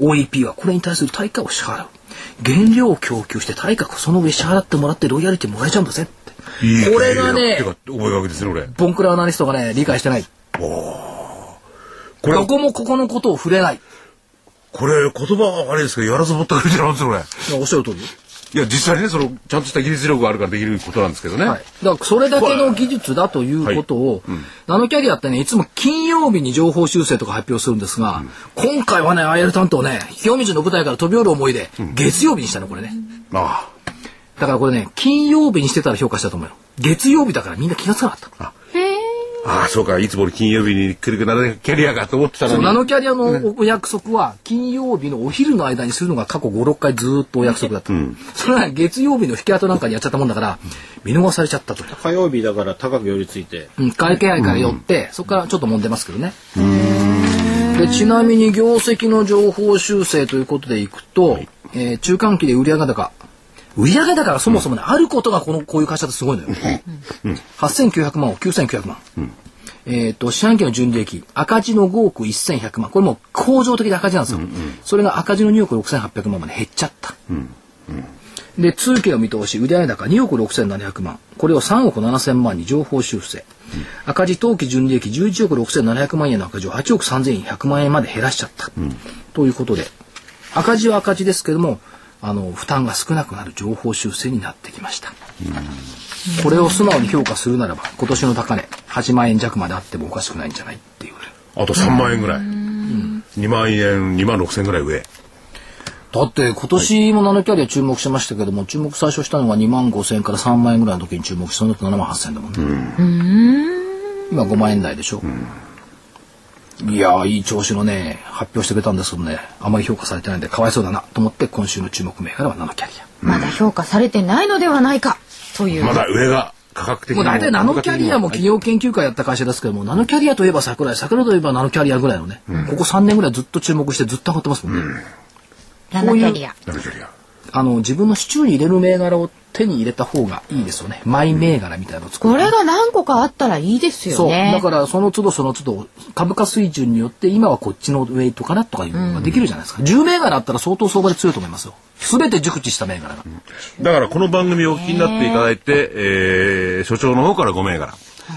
A: OEP はこれに対する対価を支払う原料を供給して対価その上支払ってもらってロイヤリティもらえちゃうんだぜって
F: いい
A: これがね
F: てか覚えがけですね俺
A: ボンクラアナリストがね理解してない
F: これ
A: どこもここのことを触れない
F: これ言葉は悪いですけどやらずぼったくりじゃないですよこれ
A: おっしゃる通り
F: いや実際ねそのちゃんとした技術力があるからできることなんですけどね、
A: はい、だからそれだけの技術だということを、ナノキャリアってねいつも金曜日に情報修正とか発表するんですが、今回はね IR 担当ね清水の舞台から飛び降る思いで、月曜日にしたのこれね
F: あ
A: だからこれね金曜日にしてたら評価したと思うよ月曜日だからみんな気がつかなかった
F: あああそうかいつもの金曜日に来るくなるキャリアがと思ってたの
A: そう
F: に
A: ナノキャリアのお約束は金曜日のお昼の間にするのが過去56回ずーっとお約束だった、それは月曜日の引き跡なんかにやっちゃったもんだから見逃されちゃったと、
E: 火曜日だから高く寄りついて
A: うん、会計愛から寄って、そこからちょっと揉んでますけどねでちなみに業績の情報修正ということでいくと、えー中間期で売上高売上高がそもそもね、あることがこのこういう会社ってすごいのよ、8900万を9900万、えっ、と、四半期の純利益、赤字の5億1100万。これもう恒常的な赤字なんですよ。それが赤字の2億6800万まで減っちゃった。で、通期の見通し、売上高2億6700万。これを3億7000万に上方修正。赤字当期純利益11億6700万円の赤字を8億3100万円まで減らしちゃった。ということで、赤字は赤字ですけども、あの、負担が少なくなる情報修正になってきました。これを素直に評価するならば今年の高値8万円弱まであってもおかしくないんじゃないっていうぐらい
F: あと3万円ぐらい2万円2万6千ぐらい上
A: だって今年もナノキャリア注目しましたけども注目最初したのが2万5千円から3万円ぐらいの時に注目してその後7万8千円だもんね今5万円台でしょ、いやーいい調子のね発表してくれたんですけどねあまり評価されてないんでかわいそうだなと思って今週の注目銘柄はナノキャリア
D: まだ評価されてないのではないかという。
F: まだ上が価格的
A: もう
F: に
A: 大体ナノキャリアも企業研究会やった会社ですけども、ナノキャリアといえば桜井、桜井といえばナノキャリアぐらいのね、ここ3年ぐらいずっと注目してずっと上がってますもんね。
D: ラナキャリア。
F: ナノキャリア
A: あの、自分の支柱に入れる銘柄を手に入れた方がいいですよね。マイ銘柄みたいなのを作
D: こ
A: る。
D: れが何個かあったらいいですよ
A: そう。だ
D: ね。
A: からその都度その都度、株価水準によって今はこっちのウェイトかなとかいうのができるじゃないですか。10銘柄あったら相当相場で強いと思いますよ。全て熟知した銘柄が。
F: だからこの番組をお聞きになっていただいて、えー所長の方から5銘柄、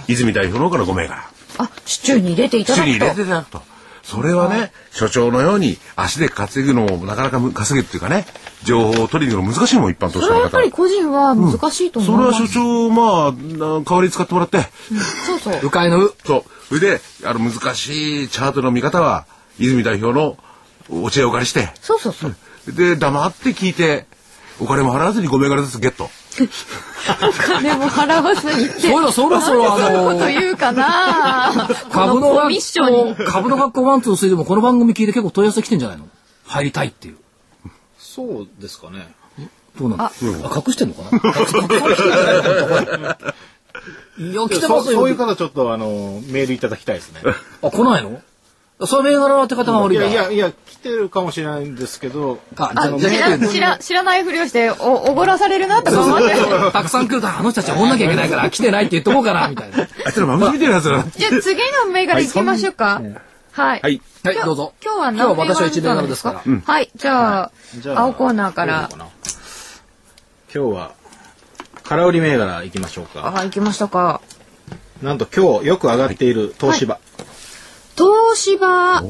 F: 泉代表の方から5銘柄
D: あ、シチューに入れていた
F: 口
D: だ
F: に入
D: く
F: れて
D: と。
F: いただくとそれはね所長のように足で稼ぐのもなかなかむ稼ぐっていうかね情報を取りに行くの難しいもん一般投資
D: そ
F: 家
D: れは
F: の
D: やっ
F: 方
D: ぱり個人は難しいと思
F: そ
D: い
F: れ
D: ま
F: は
D: す。
F: 所長まあな代わりに使ってもらって
D: そうそう。
A: 迂回のう。
F: そうそれであの難しいチャートの見方は泉代表のお知恵をお借りして
D: そうそうそう。
F: で黙って聞いてお金も払わずに5銘柄ずつゲット
D: お金も払わずにって。
A: そうだ、そうだ、そうだ、あの
D: こと言うかな
A: 株の
D: こコ
A: 学
D: ミッションに
A: 校、株の学校ワンツースリーでもこの番組聞いて結構問い合わせ来てんじゃないの入りたいっていう。
E: そうですかね
A: どうなんだあ、隠してんのかな隠してんじゃないのかなこれいや、来て
E: そ
A: ま
E: う
A: す
E: そういう
A: よ。
E: 方ちょっとあのメールいただきたいですね
A: あ、来ないのそれ銘柄って方が悪
E: い
A: いな
E: やいやいや来てるかもしれないんですけど
A: あ、じゃ
D: あ
A: あ、
D: 知ら知ら知らないふりをしておおごらされるなとか思って
A: たくさん来ると、あの人たちはおんなきゃいけないから、来てないって言っとこうかな、みたいな。は
F: あいつら番組見てるやつ ら
D: じゃあ次の銘柄いきましょうかはい、
F: はい
A: い、どうぞ。
D: 今日は
A: 今日
D: 何
A: は
D: 銘
A: 私は
D: 柄
A: 一銘
D: ずつな
A: 柄
D: ん
A: で
D: ですす
A: か。
D: からはいじゃあ
E: じゃあ
D: 青コーナーから
E: どうなのかな今日は空売り銘柄いきましょうか
D: あ行きましたか
E: なんと今日よく上がっている東芝、
D: 東芝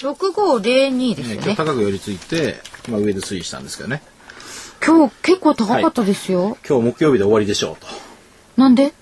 D: 6502ですよ
E: ね今日
D: ね
E: 高く寄りついて、まあ、上で推移したんですけどね
D: 今日結構高かったですよ、
E: 今日木曜日で終わりでしょうと
D: なんで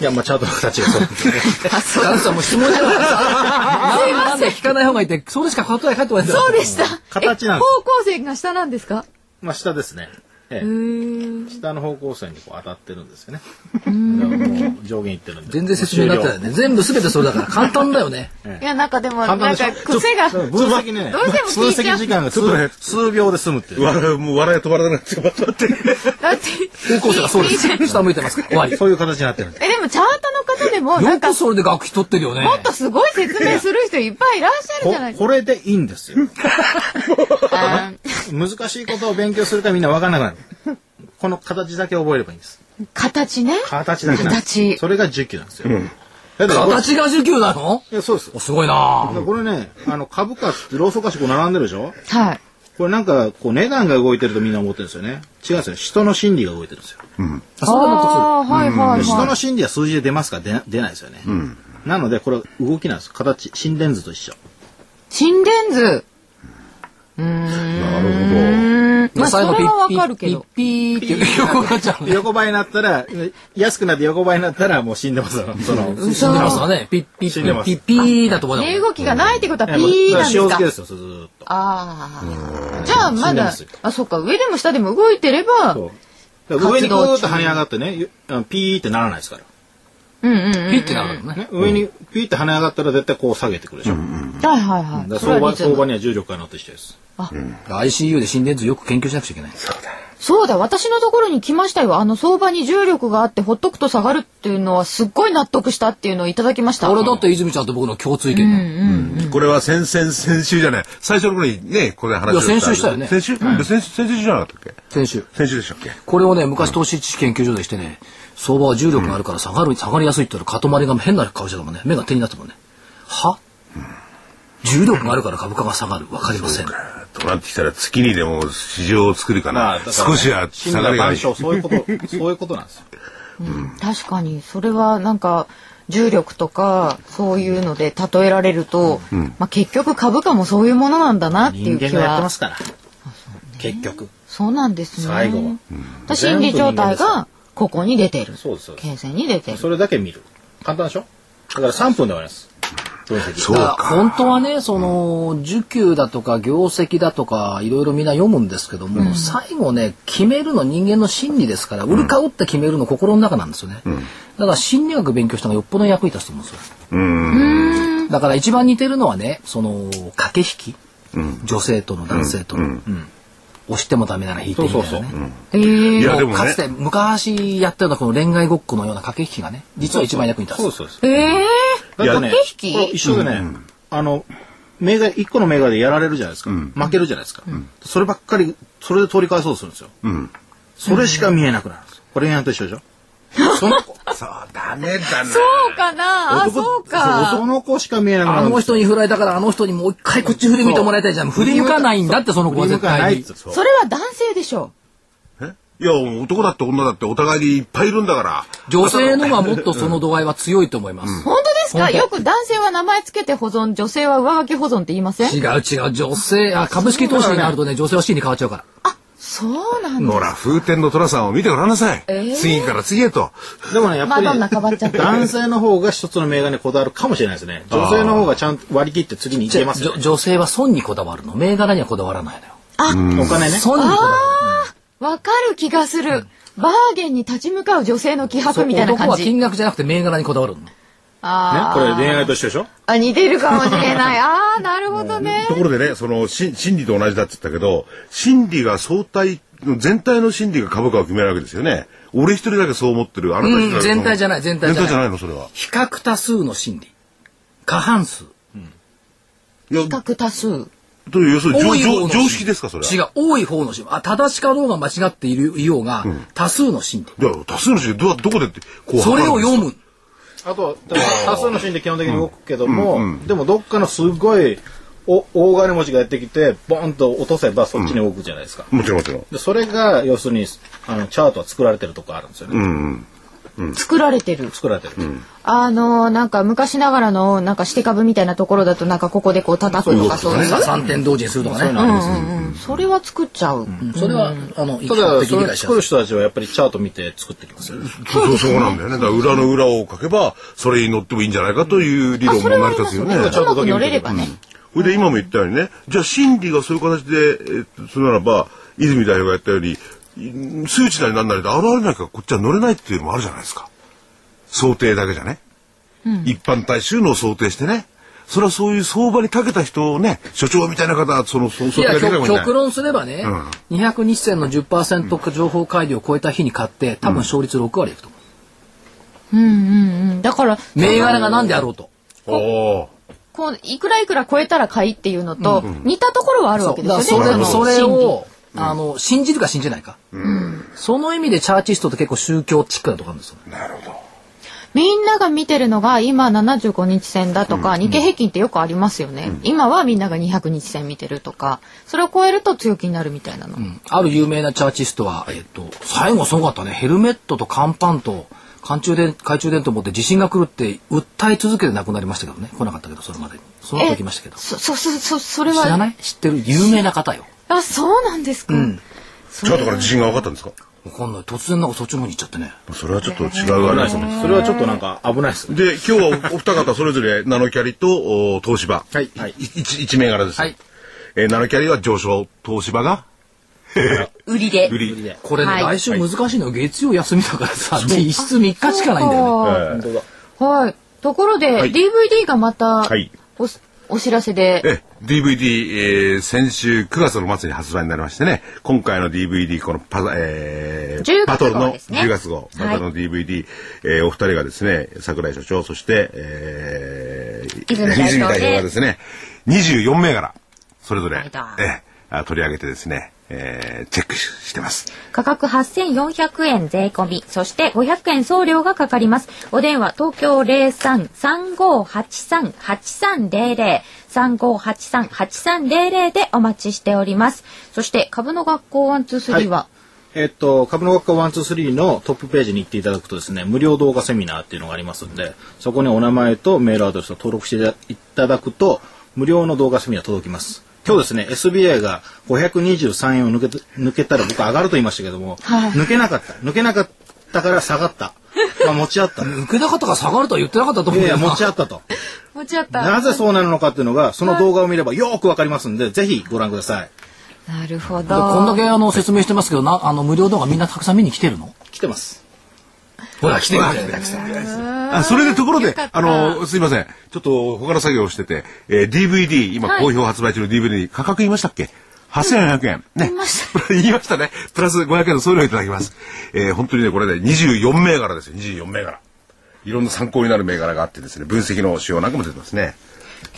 E: いやまあチャートの形がそうなんですね
A: あの人はもう質問じゃないですか。なんで聞かない方がいいって、それしか答え返ってこないんだよ
D: そうでした、
E: 形なん
D: え
E: で
D: 方向線が下なんですか
E: まあ下ですね、
D: う
E: ええ、
D: ーん
E: 下の方向線にこう当たってるんですよねだからもう上限いってるんで
A: 全然説明になってないね。全部すべてそれだから、簡単だよね。
D: いやなんかでもな
E: 簡
D: ん
E: 単
D: か
E: でしょ
D: 癖が
E: ちょっと分析ね
D: どうしても聞いちゃう
E: 分析時間がちょっとね数秒で済むっていうね
F: 笑うもう笑い止まらなくて待って
D: だって
A: 方向性がそうです。下向いてますから。終わり。
E: そういう形になってるんで
D: えでもチャートの方でもなん
A: よ
D: か
A: く
D: も
A: それで学費取ってるよね。
D: っとすごい説明する人いっぱいいらっしゃる
E: こ
D: じゃないです
E: これでいいんですよ
D: か。
E: 難しいことを勉強するからみんな分かんなくなるこの形だけ覚えればいいんです
D: 形ね。
E: 形だけなんです
D: 形
E: それが10期なんですよ、だからこれ
A: 形が19なの
E: いやそうです。だ
A: お
E: か
A: すごいな
E: らこれね、あの、株価ってローソク足こう並んでるでしょ
D: はい。
E: これなんか、こう、値段が動いてるとみんな思ってるんですよね。違うんですよ。人の心理が動いてるんですよ。
A: あそれもっとする
D: ああー、はいはい
E: 人
D: は
E: の心理は数字で出ますか出な出ないですよね。なので、これは動きなんです。形、心電図と一緒。
D: い。心電図。
F: な る
D: まあ、それ
A: 最後
D: はわかるけど。
A: ピッピーピッピーって横になっちゃうね。
E: 横ばいになったら、安くなって横ばいになったらもう死んでますよ。その、
A: 死んでますわね。ピッピ
E: 死んで
A: ッ
E: ます
A: ピッピーだと思うよ
D: 値動きがないってことは
E: えもう
D: ピーなんです
E: 塩漬
D: か
E: けですよ、ずーっと。
D: ああ。じゃあまだ
E: 死んでま、
D: あ、そっか、上でも下でも動いてれば、
E: そうだから上にグーッと跳ね上がってね、ゆあのピーってならないですから。
D: んうんうん。
A: ピッてなるのね。
E: ね、上にピーって跳ね上がったら絶対こう下げてくるでしょ。
D: はいはいは
E: だ
D: い。
E: から相場、
D: それは
E: 相
D: 理
E: 場
D: 解
E: には重力が乗って一緒です。
A: ICU で心電図よく研究しなくちゃいけない。
D: そうだ、私のところに来ましたよ。あの相場に重力があって、ほっとくと下がるっていうのは、すっごい納得したっていうのをいただきました。
A: 俺だって泉ちゃんと僕の共通意見だよ
F: ほど。これは先々、先週じゃない。最初の頃にね、これ話を
A: いや先週したよね
F: 先週、先先先週じゃなかったっけ
A: 先週。
F: 先週でしたっけ
A: これをね、昔投資知識研究所でしてね、相場は重力があるから下がる、下がりやすいって言ったら、塊が変な顔してたもんね。目が手になったもんね。は重力があるから株価が下がる。わかりません。
F: となってきたら月にでも市場を作るかな。
E: だから
F: 少しは
E: 死ん
F: 下
E: だ
F: がりがあ
E: 万
F: る。
E: 象、そういうこと、そういうことなんですよ。
D: 確かに、それはなんか、重力とか、そういうので例えられると、まあ結局株価もそういうものなんだなってい
E: 人
D: う
E: 間
D: 気
E: がやって
D: は
E: ま。すから。結局。
D: そうなんですね。
E: 最後は
D: だ心理状態が、ここに出てる。
E: そうですそうです
D: 形成に出てる。
E: それだけ見る。簡単でしょだから3分で終わります。分析。
F: そう
A: だ
F: か。
A: から本当はね、その、受給だとか業績だとか、いろいろみんな読むんですけども、最後ね、決めるの人間の心理ですから、売る買うって決めるの心の中なんですよね。だから心理学勉強したのがよっぽど役に立つと思うんですよ。だから一番似てるのはね、その、駆け引き。女性との男性との。うん押してもダメなら引いていいみたいなね。
D: えー
F: いや、でも
A: か
F: ね
A: つ、て昔やったようなこの恋愛ごっこのような駆け引きがね、実は一番役に立つ。
E: そうですそうです。
D: えー
E: だって
D: 駆
E: ね、
D: け引き
E: これ一緒でね、あの、銘柄、一個の銘柄でやられるじゃないですか。負けるじゃないですか。そればっかり、それで取り返そうとするんですよ。それしか見えなくなるんですよ。これやんと一緒 でしょその子、
F: そう、ダメだな。
D: そうかなあ、そう
E: そうそ
D: か。
E: の子しか見えなくな
A: あ
E: るん
A: の
E: です
A: 人
E: よ。
A: に振られたからあの人にもう一回こっち振り向いてもらいたいじゃん。振り向かないんだってその子は
E: 振り
A: 絶
E: 向かな
A: 対
E: いっ
A: に
E: つ。う
D: それは男性でしょ
F: えいや、男だって女だってお互いにいっぱいいるんだから。
A: 女性のがもっとその度合いは強いと思います。
D: う。本当ですか
A: 本当
D: よく男性は名前つけて保存、女性は上書き保存って言いません
A: 違う違う。女性、あ、株式投資になるとね、女性は C に変わっちゃうから。
D: そうなんだ。
F: ほら、風天の寅さんを見てごらんなさい。次から次へと。
E: でもね、やっ
D: マ
E: ぱり
D: ドンナかばっちゃった。
E: 男性の方が一つの銘柄にこだわるかもしれないですね。女性の方がちゃんと割り切って次に行けます
A: じ
E: よ
A: ょ
E: ね。
A: 女性は損にこだわるの。銘柄にはこだわらないのよ。
E: お金ね。
A: 損にこだわ
D: わかる気がする。バーゲンに立ち向かう女性の気迫
A: る。
D: みたいな
A: 男
D: 感
A: は
D: じ。
A: 金額じゃなくて銘柄にこだわるの。
E: ね
D: あ、
E: これ恋愛と一緒でしょ
D: あ、似てるかもしれない。ああ、なるほどね
F: と。ころでね、その、し心理と同じだって言ったけど、心理が相対、全体の心理が株価を決めるわけですよね。俺一人だけそう思ってる。あなた一人だけそ
A: う
F: う
A: ん全体じゃない全体じゃない
F: 全体じゃないの、それは。
A: 比較多数の心理。過半数。
F: いや、
D: 比較多数。
F: という、要するに
A: 多
F: 常
A: い方
F: 常
A: の
F: 常識ですか、それは。
A: 違う。多い方の心理。あ、正しかろうが間違っているいようが、多数の心理。
F: だから多数の人どどこでって、こう
A: それを読
F: む。
A: む。
E: あと、だから多数のシーンで基本的に動くけども、でもどっかのすごいお大金持ちがやってきて、ボンと落とせばそっちに動くじゃないですか。
F: もちろん、もちろん。
E: でそれが、要するに、あの、チャートは作られてるとこあるんですよね。
D: 作られてる。
E: 作られてる。
D: あのーなんか昔ながらの、なんかして株みたいなところだと、なんかここでこう叩くとかそういう。
A: 3点同時にするとかね。
D: うんそれは作っちゃう。
A: うんそれは、あの、一
E: た
A: 般
E: だ、
A: 的
E: そ
A: に理
E: れ
A: 解し
E: 作
A: ま
E: る
A: す。
E: 人たちはやっぱりチャート見て作ってきますよね。
F: そうそう、そうなんだよね。だから裏の裏を書けば、それに乗ってもいいんじゃないかという理論も成り立つよね。
D: うまく乗れればね。
F: それで今も言ったようにね、じゃあ心理がそういう形で、えっと、それならば、泉代表がやったように、い数値なりなんなりで現れないからこっちは乗れないっていうのもあるじゃないですか。想定だけじゃね。一般大衆のを想定してね。それはそういう相場に長けた人をね、所長みたいな方は、その、その、
A: い
F: そ
A: や、
F: れだけで
A: 極
F: も
A: 極
F: ね。
A: 論すればね、200日線の10%か情報乖離を超えた日に買って、多分勝率6割いくと思
D: うんだから、
A: う。銘柄が何であろうと。
F: おー
D: こう、いくらいくら超えたら買いっていうのと、似たところはあるわ
A: そ
D: け
A: う。
D: で
A: だから
D: すよ
A: そ
D: ね。
A: れ、
D: そ
A: そ
D: の
A: れ
D: 心
A: を、あの、信じるか信じないか。その意味でチャーチストって結構宗教チックなとこあるんですよ。
D: 理みんなが見てるのが今75日線だとか、日経平均ってよくありますよね、今はみんなが200日線見てるとかそれを超えると強気になるみたいなの、
A: ある有名なチャーチストは、えっと、最後すごかったね。ヘルメットと乾パンと、懐中電、懐中電灯持って地震が来るって訴え続けて亡くなりましたけどね。来なかったけど、それまでに。その
D: え
A: 時来ましたけど。知
D: そそそそそれは
A: らない知ってる有名な方よ。
D: あそうなんですか、そ
F: ち
D: れ
F: ょっとから自信が分かったんですか
A: わかんない。突然なんかそっちの方に行っちゃってね。
F: それはちょっと違うわね。
E: それはちょっとなんか危ないですね。
F: で、今日はおお二方それぞれナノキャリとお東芝。
A: はい
F: い一一銘柄です。
A: はい
F: えーナノキャリは上昇、東芝が
B: 売りで
F: 売り。で
A: これね、
B: はい
A: 来週難しいのよ月曜休みだからさ、実質3日しかないんだよね。
D: ねはいところで、
F: はい
D: DVD がまた、
F: はい
D: おすお知らせで
F: え、DVD、えー先週9月の末に発売になりましてね、今回の DVD、このパ,、えー
D: 10
F: パトル
D: 号
F: の
D: ですね
F: 10月号、パトルの DVD、えーお二人がですね、桜井所長、そして、えー、
B: 泉代表で
F: 泉がですね、24銘柄、それぞれ、え
B: いだ
F: ーあ取り上げてですね、えーチェックししてます。
G: 価格8400円税込みそして500円送料がかかりますお電話東京0335838300 3583-8300でお待ちしておりますそして株の学校123は、
E: えっと、株の学科123のトップページに行っていただくとですね、無料動画セミナーっていうのがありますんで、そこにお名前とメールアドレスを登録していただくと、無料の動画セミナー届きます。今日ですね、SBI が523円を抜けた抜けたら僕上がると言いましたけども、抜けなかった。抜けなかったから下がった。まあ持ち合った。い
A: 抜けなかったから下がるとは言ってなかったと思う
E: やい
A: よ
E: や、
A: な。
E: 持ち合ったと。
D: 持ち合った
E: なぜそうなるのかっていうのが、その動画を見ればよーくわかりますんで、ぜひご覧ください。
D: なるほ
A: で
D: ど
A: こんだけあの説明してますけどなあの無料動画みんなたくさん見に来てるの
E: 来てます。
A: ほら来てるじゃない
F: あそれでところで、あの、すいません。ちょっと他の作業をしてて、えー DVD、今好評発売中の DVD、価格言いましたっけ ?8400 円。ね。言いました。 言いましたね。プラス500円の送料いただきます。えー本当にね、これね、24銘柄ですよ。24銘柄。いろんな参考になる銘柄があってですね、分析の仕様なんかも出てますね。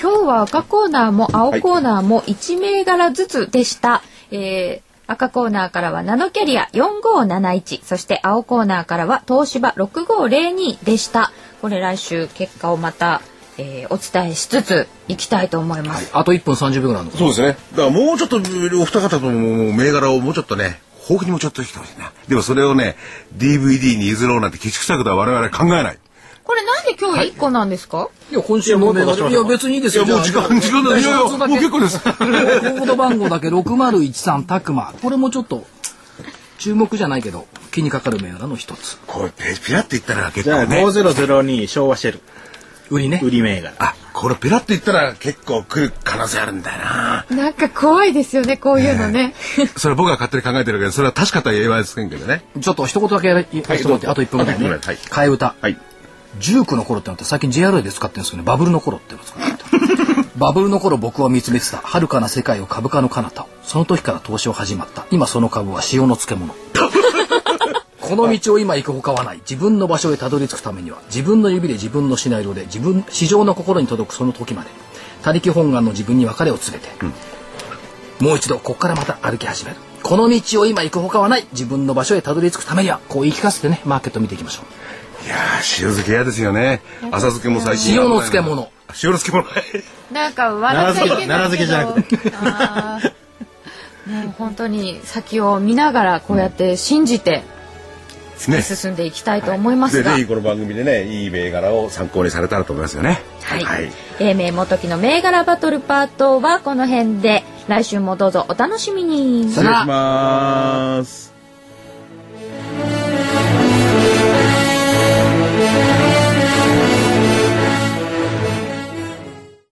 D: 今日は赤コーナーも青コーナーも1銘柄ずつでした、えー赤コーナーからはナノキャリア4571そして青コーナーからは東芝6502でしたこれ来週結果をまた、えーお伝えしつついきたいと思います、
A: あと1分30秒ぐらいの
F: そうですね。だからもうちょっと、お二方とももう銘柄をもうちょっとね、豊富にもうちょっとしてほしいな。でもそれをね、DVD に譲ろうなんて、鬼畜策では我々考えない。
D: これなんで今日1個なんですか、
A: いや今週もねいや別にいいで
F: い
A: す
F: や、
A: よ
F: もう時間、時間だ。いやいや、もう結構ですす。
A: コード番号だけ6013たくまこれもちょっと注目じゃないけど気にかかる銘柄の一つ
F: これペペラって言ったら結
E: じゃ
F: 構
E: あ、
F: ね。
E: 5002昭和シェル、
A: 売りね
E: 売り銘柄。
F: あ、これペラって言ったら結構来る可能性あるんだよな。
D: なんか怖いですよねこういうのね、
F: それ僕が勝手に考えてるけど、それは確かとは言えませんけどね。
A: ちょっと一言だけやら言わせてもらって
F: ど
A: あ
F: うぞ
A: と1分ぐらい
F: あと一分ぐら
A: ね
F: いはい
A: 替え歌
F: はい。
A: 19の頃ってのって最近 JRA で使ってるんですけどねバブルの頃っていうのを使ってたバブルの頃僕は見つめてた遥かな世界を株価の彼方をその時から投資を始まった今その株は塩の漬物この道を今行くほかはない自分の場所へたどり着くためには自分の指で自分のシナリオで自分市場の心に届くその時まで他力本願の自分に別れを告げて、もう一度ここからまた歩き始めるこの道を今行くほかはない自分の場所へたどり着くためにはこう言い聞かせてねマーケット見ていきましょう
F: いやー、塩漬け嫌ですよね。浅漬けも最近。
A: 塩の漬物。
F: 塩の漬物。
D: なんか笑っちゃいけないけど
E: 奈良漬
D: あーもう本当に先を見ながらこうやって信じて突き進んでいきたいと思います
F: で、
D: が、
F: ぜひこの番組でね、いい銘柄を参考にされたらと思いますよね。
G: はい
F: はい。
G: 英明元木の銘柄バトルパートはこの辺で来週もどうぞお楽しみに
A: さよなら
F: まーす。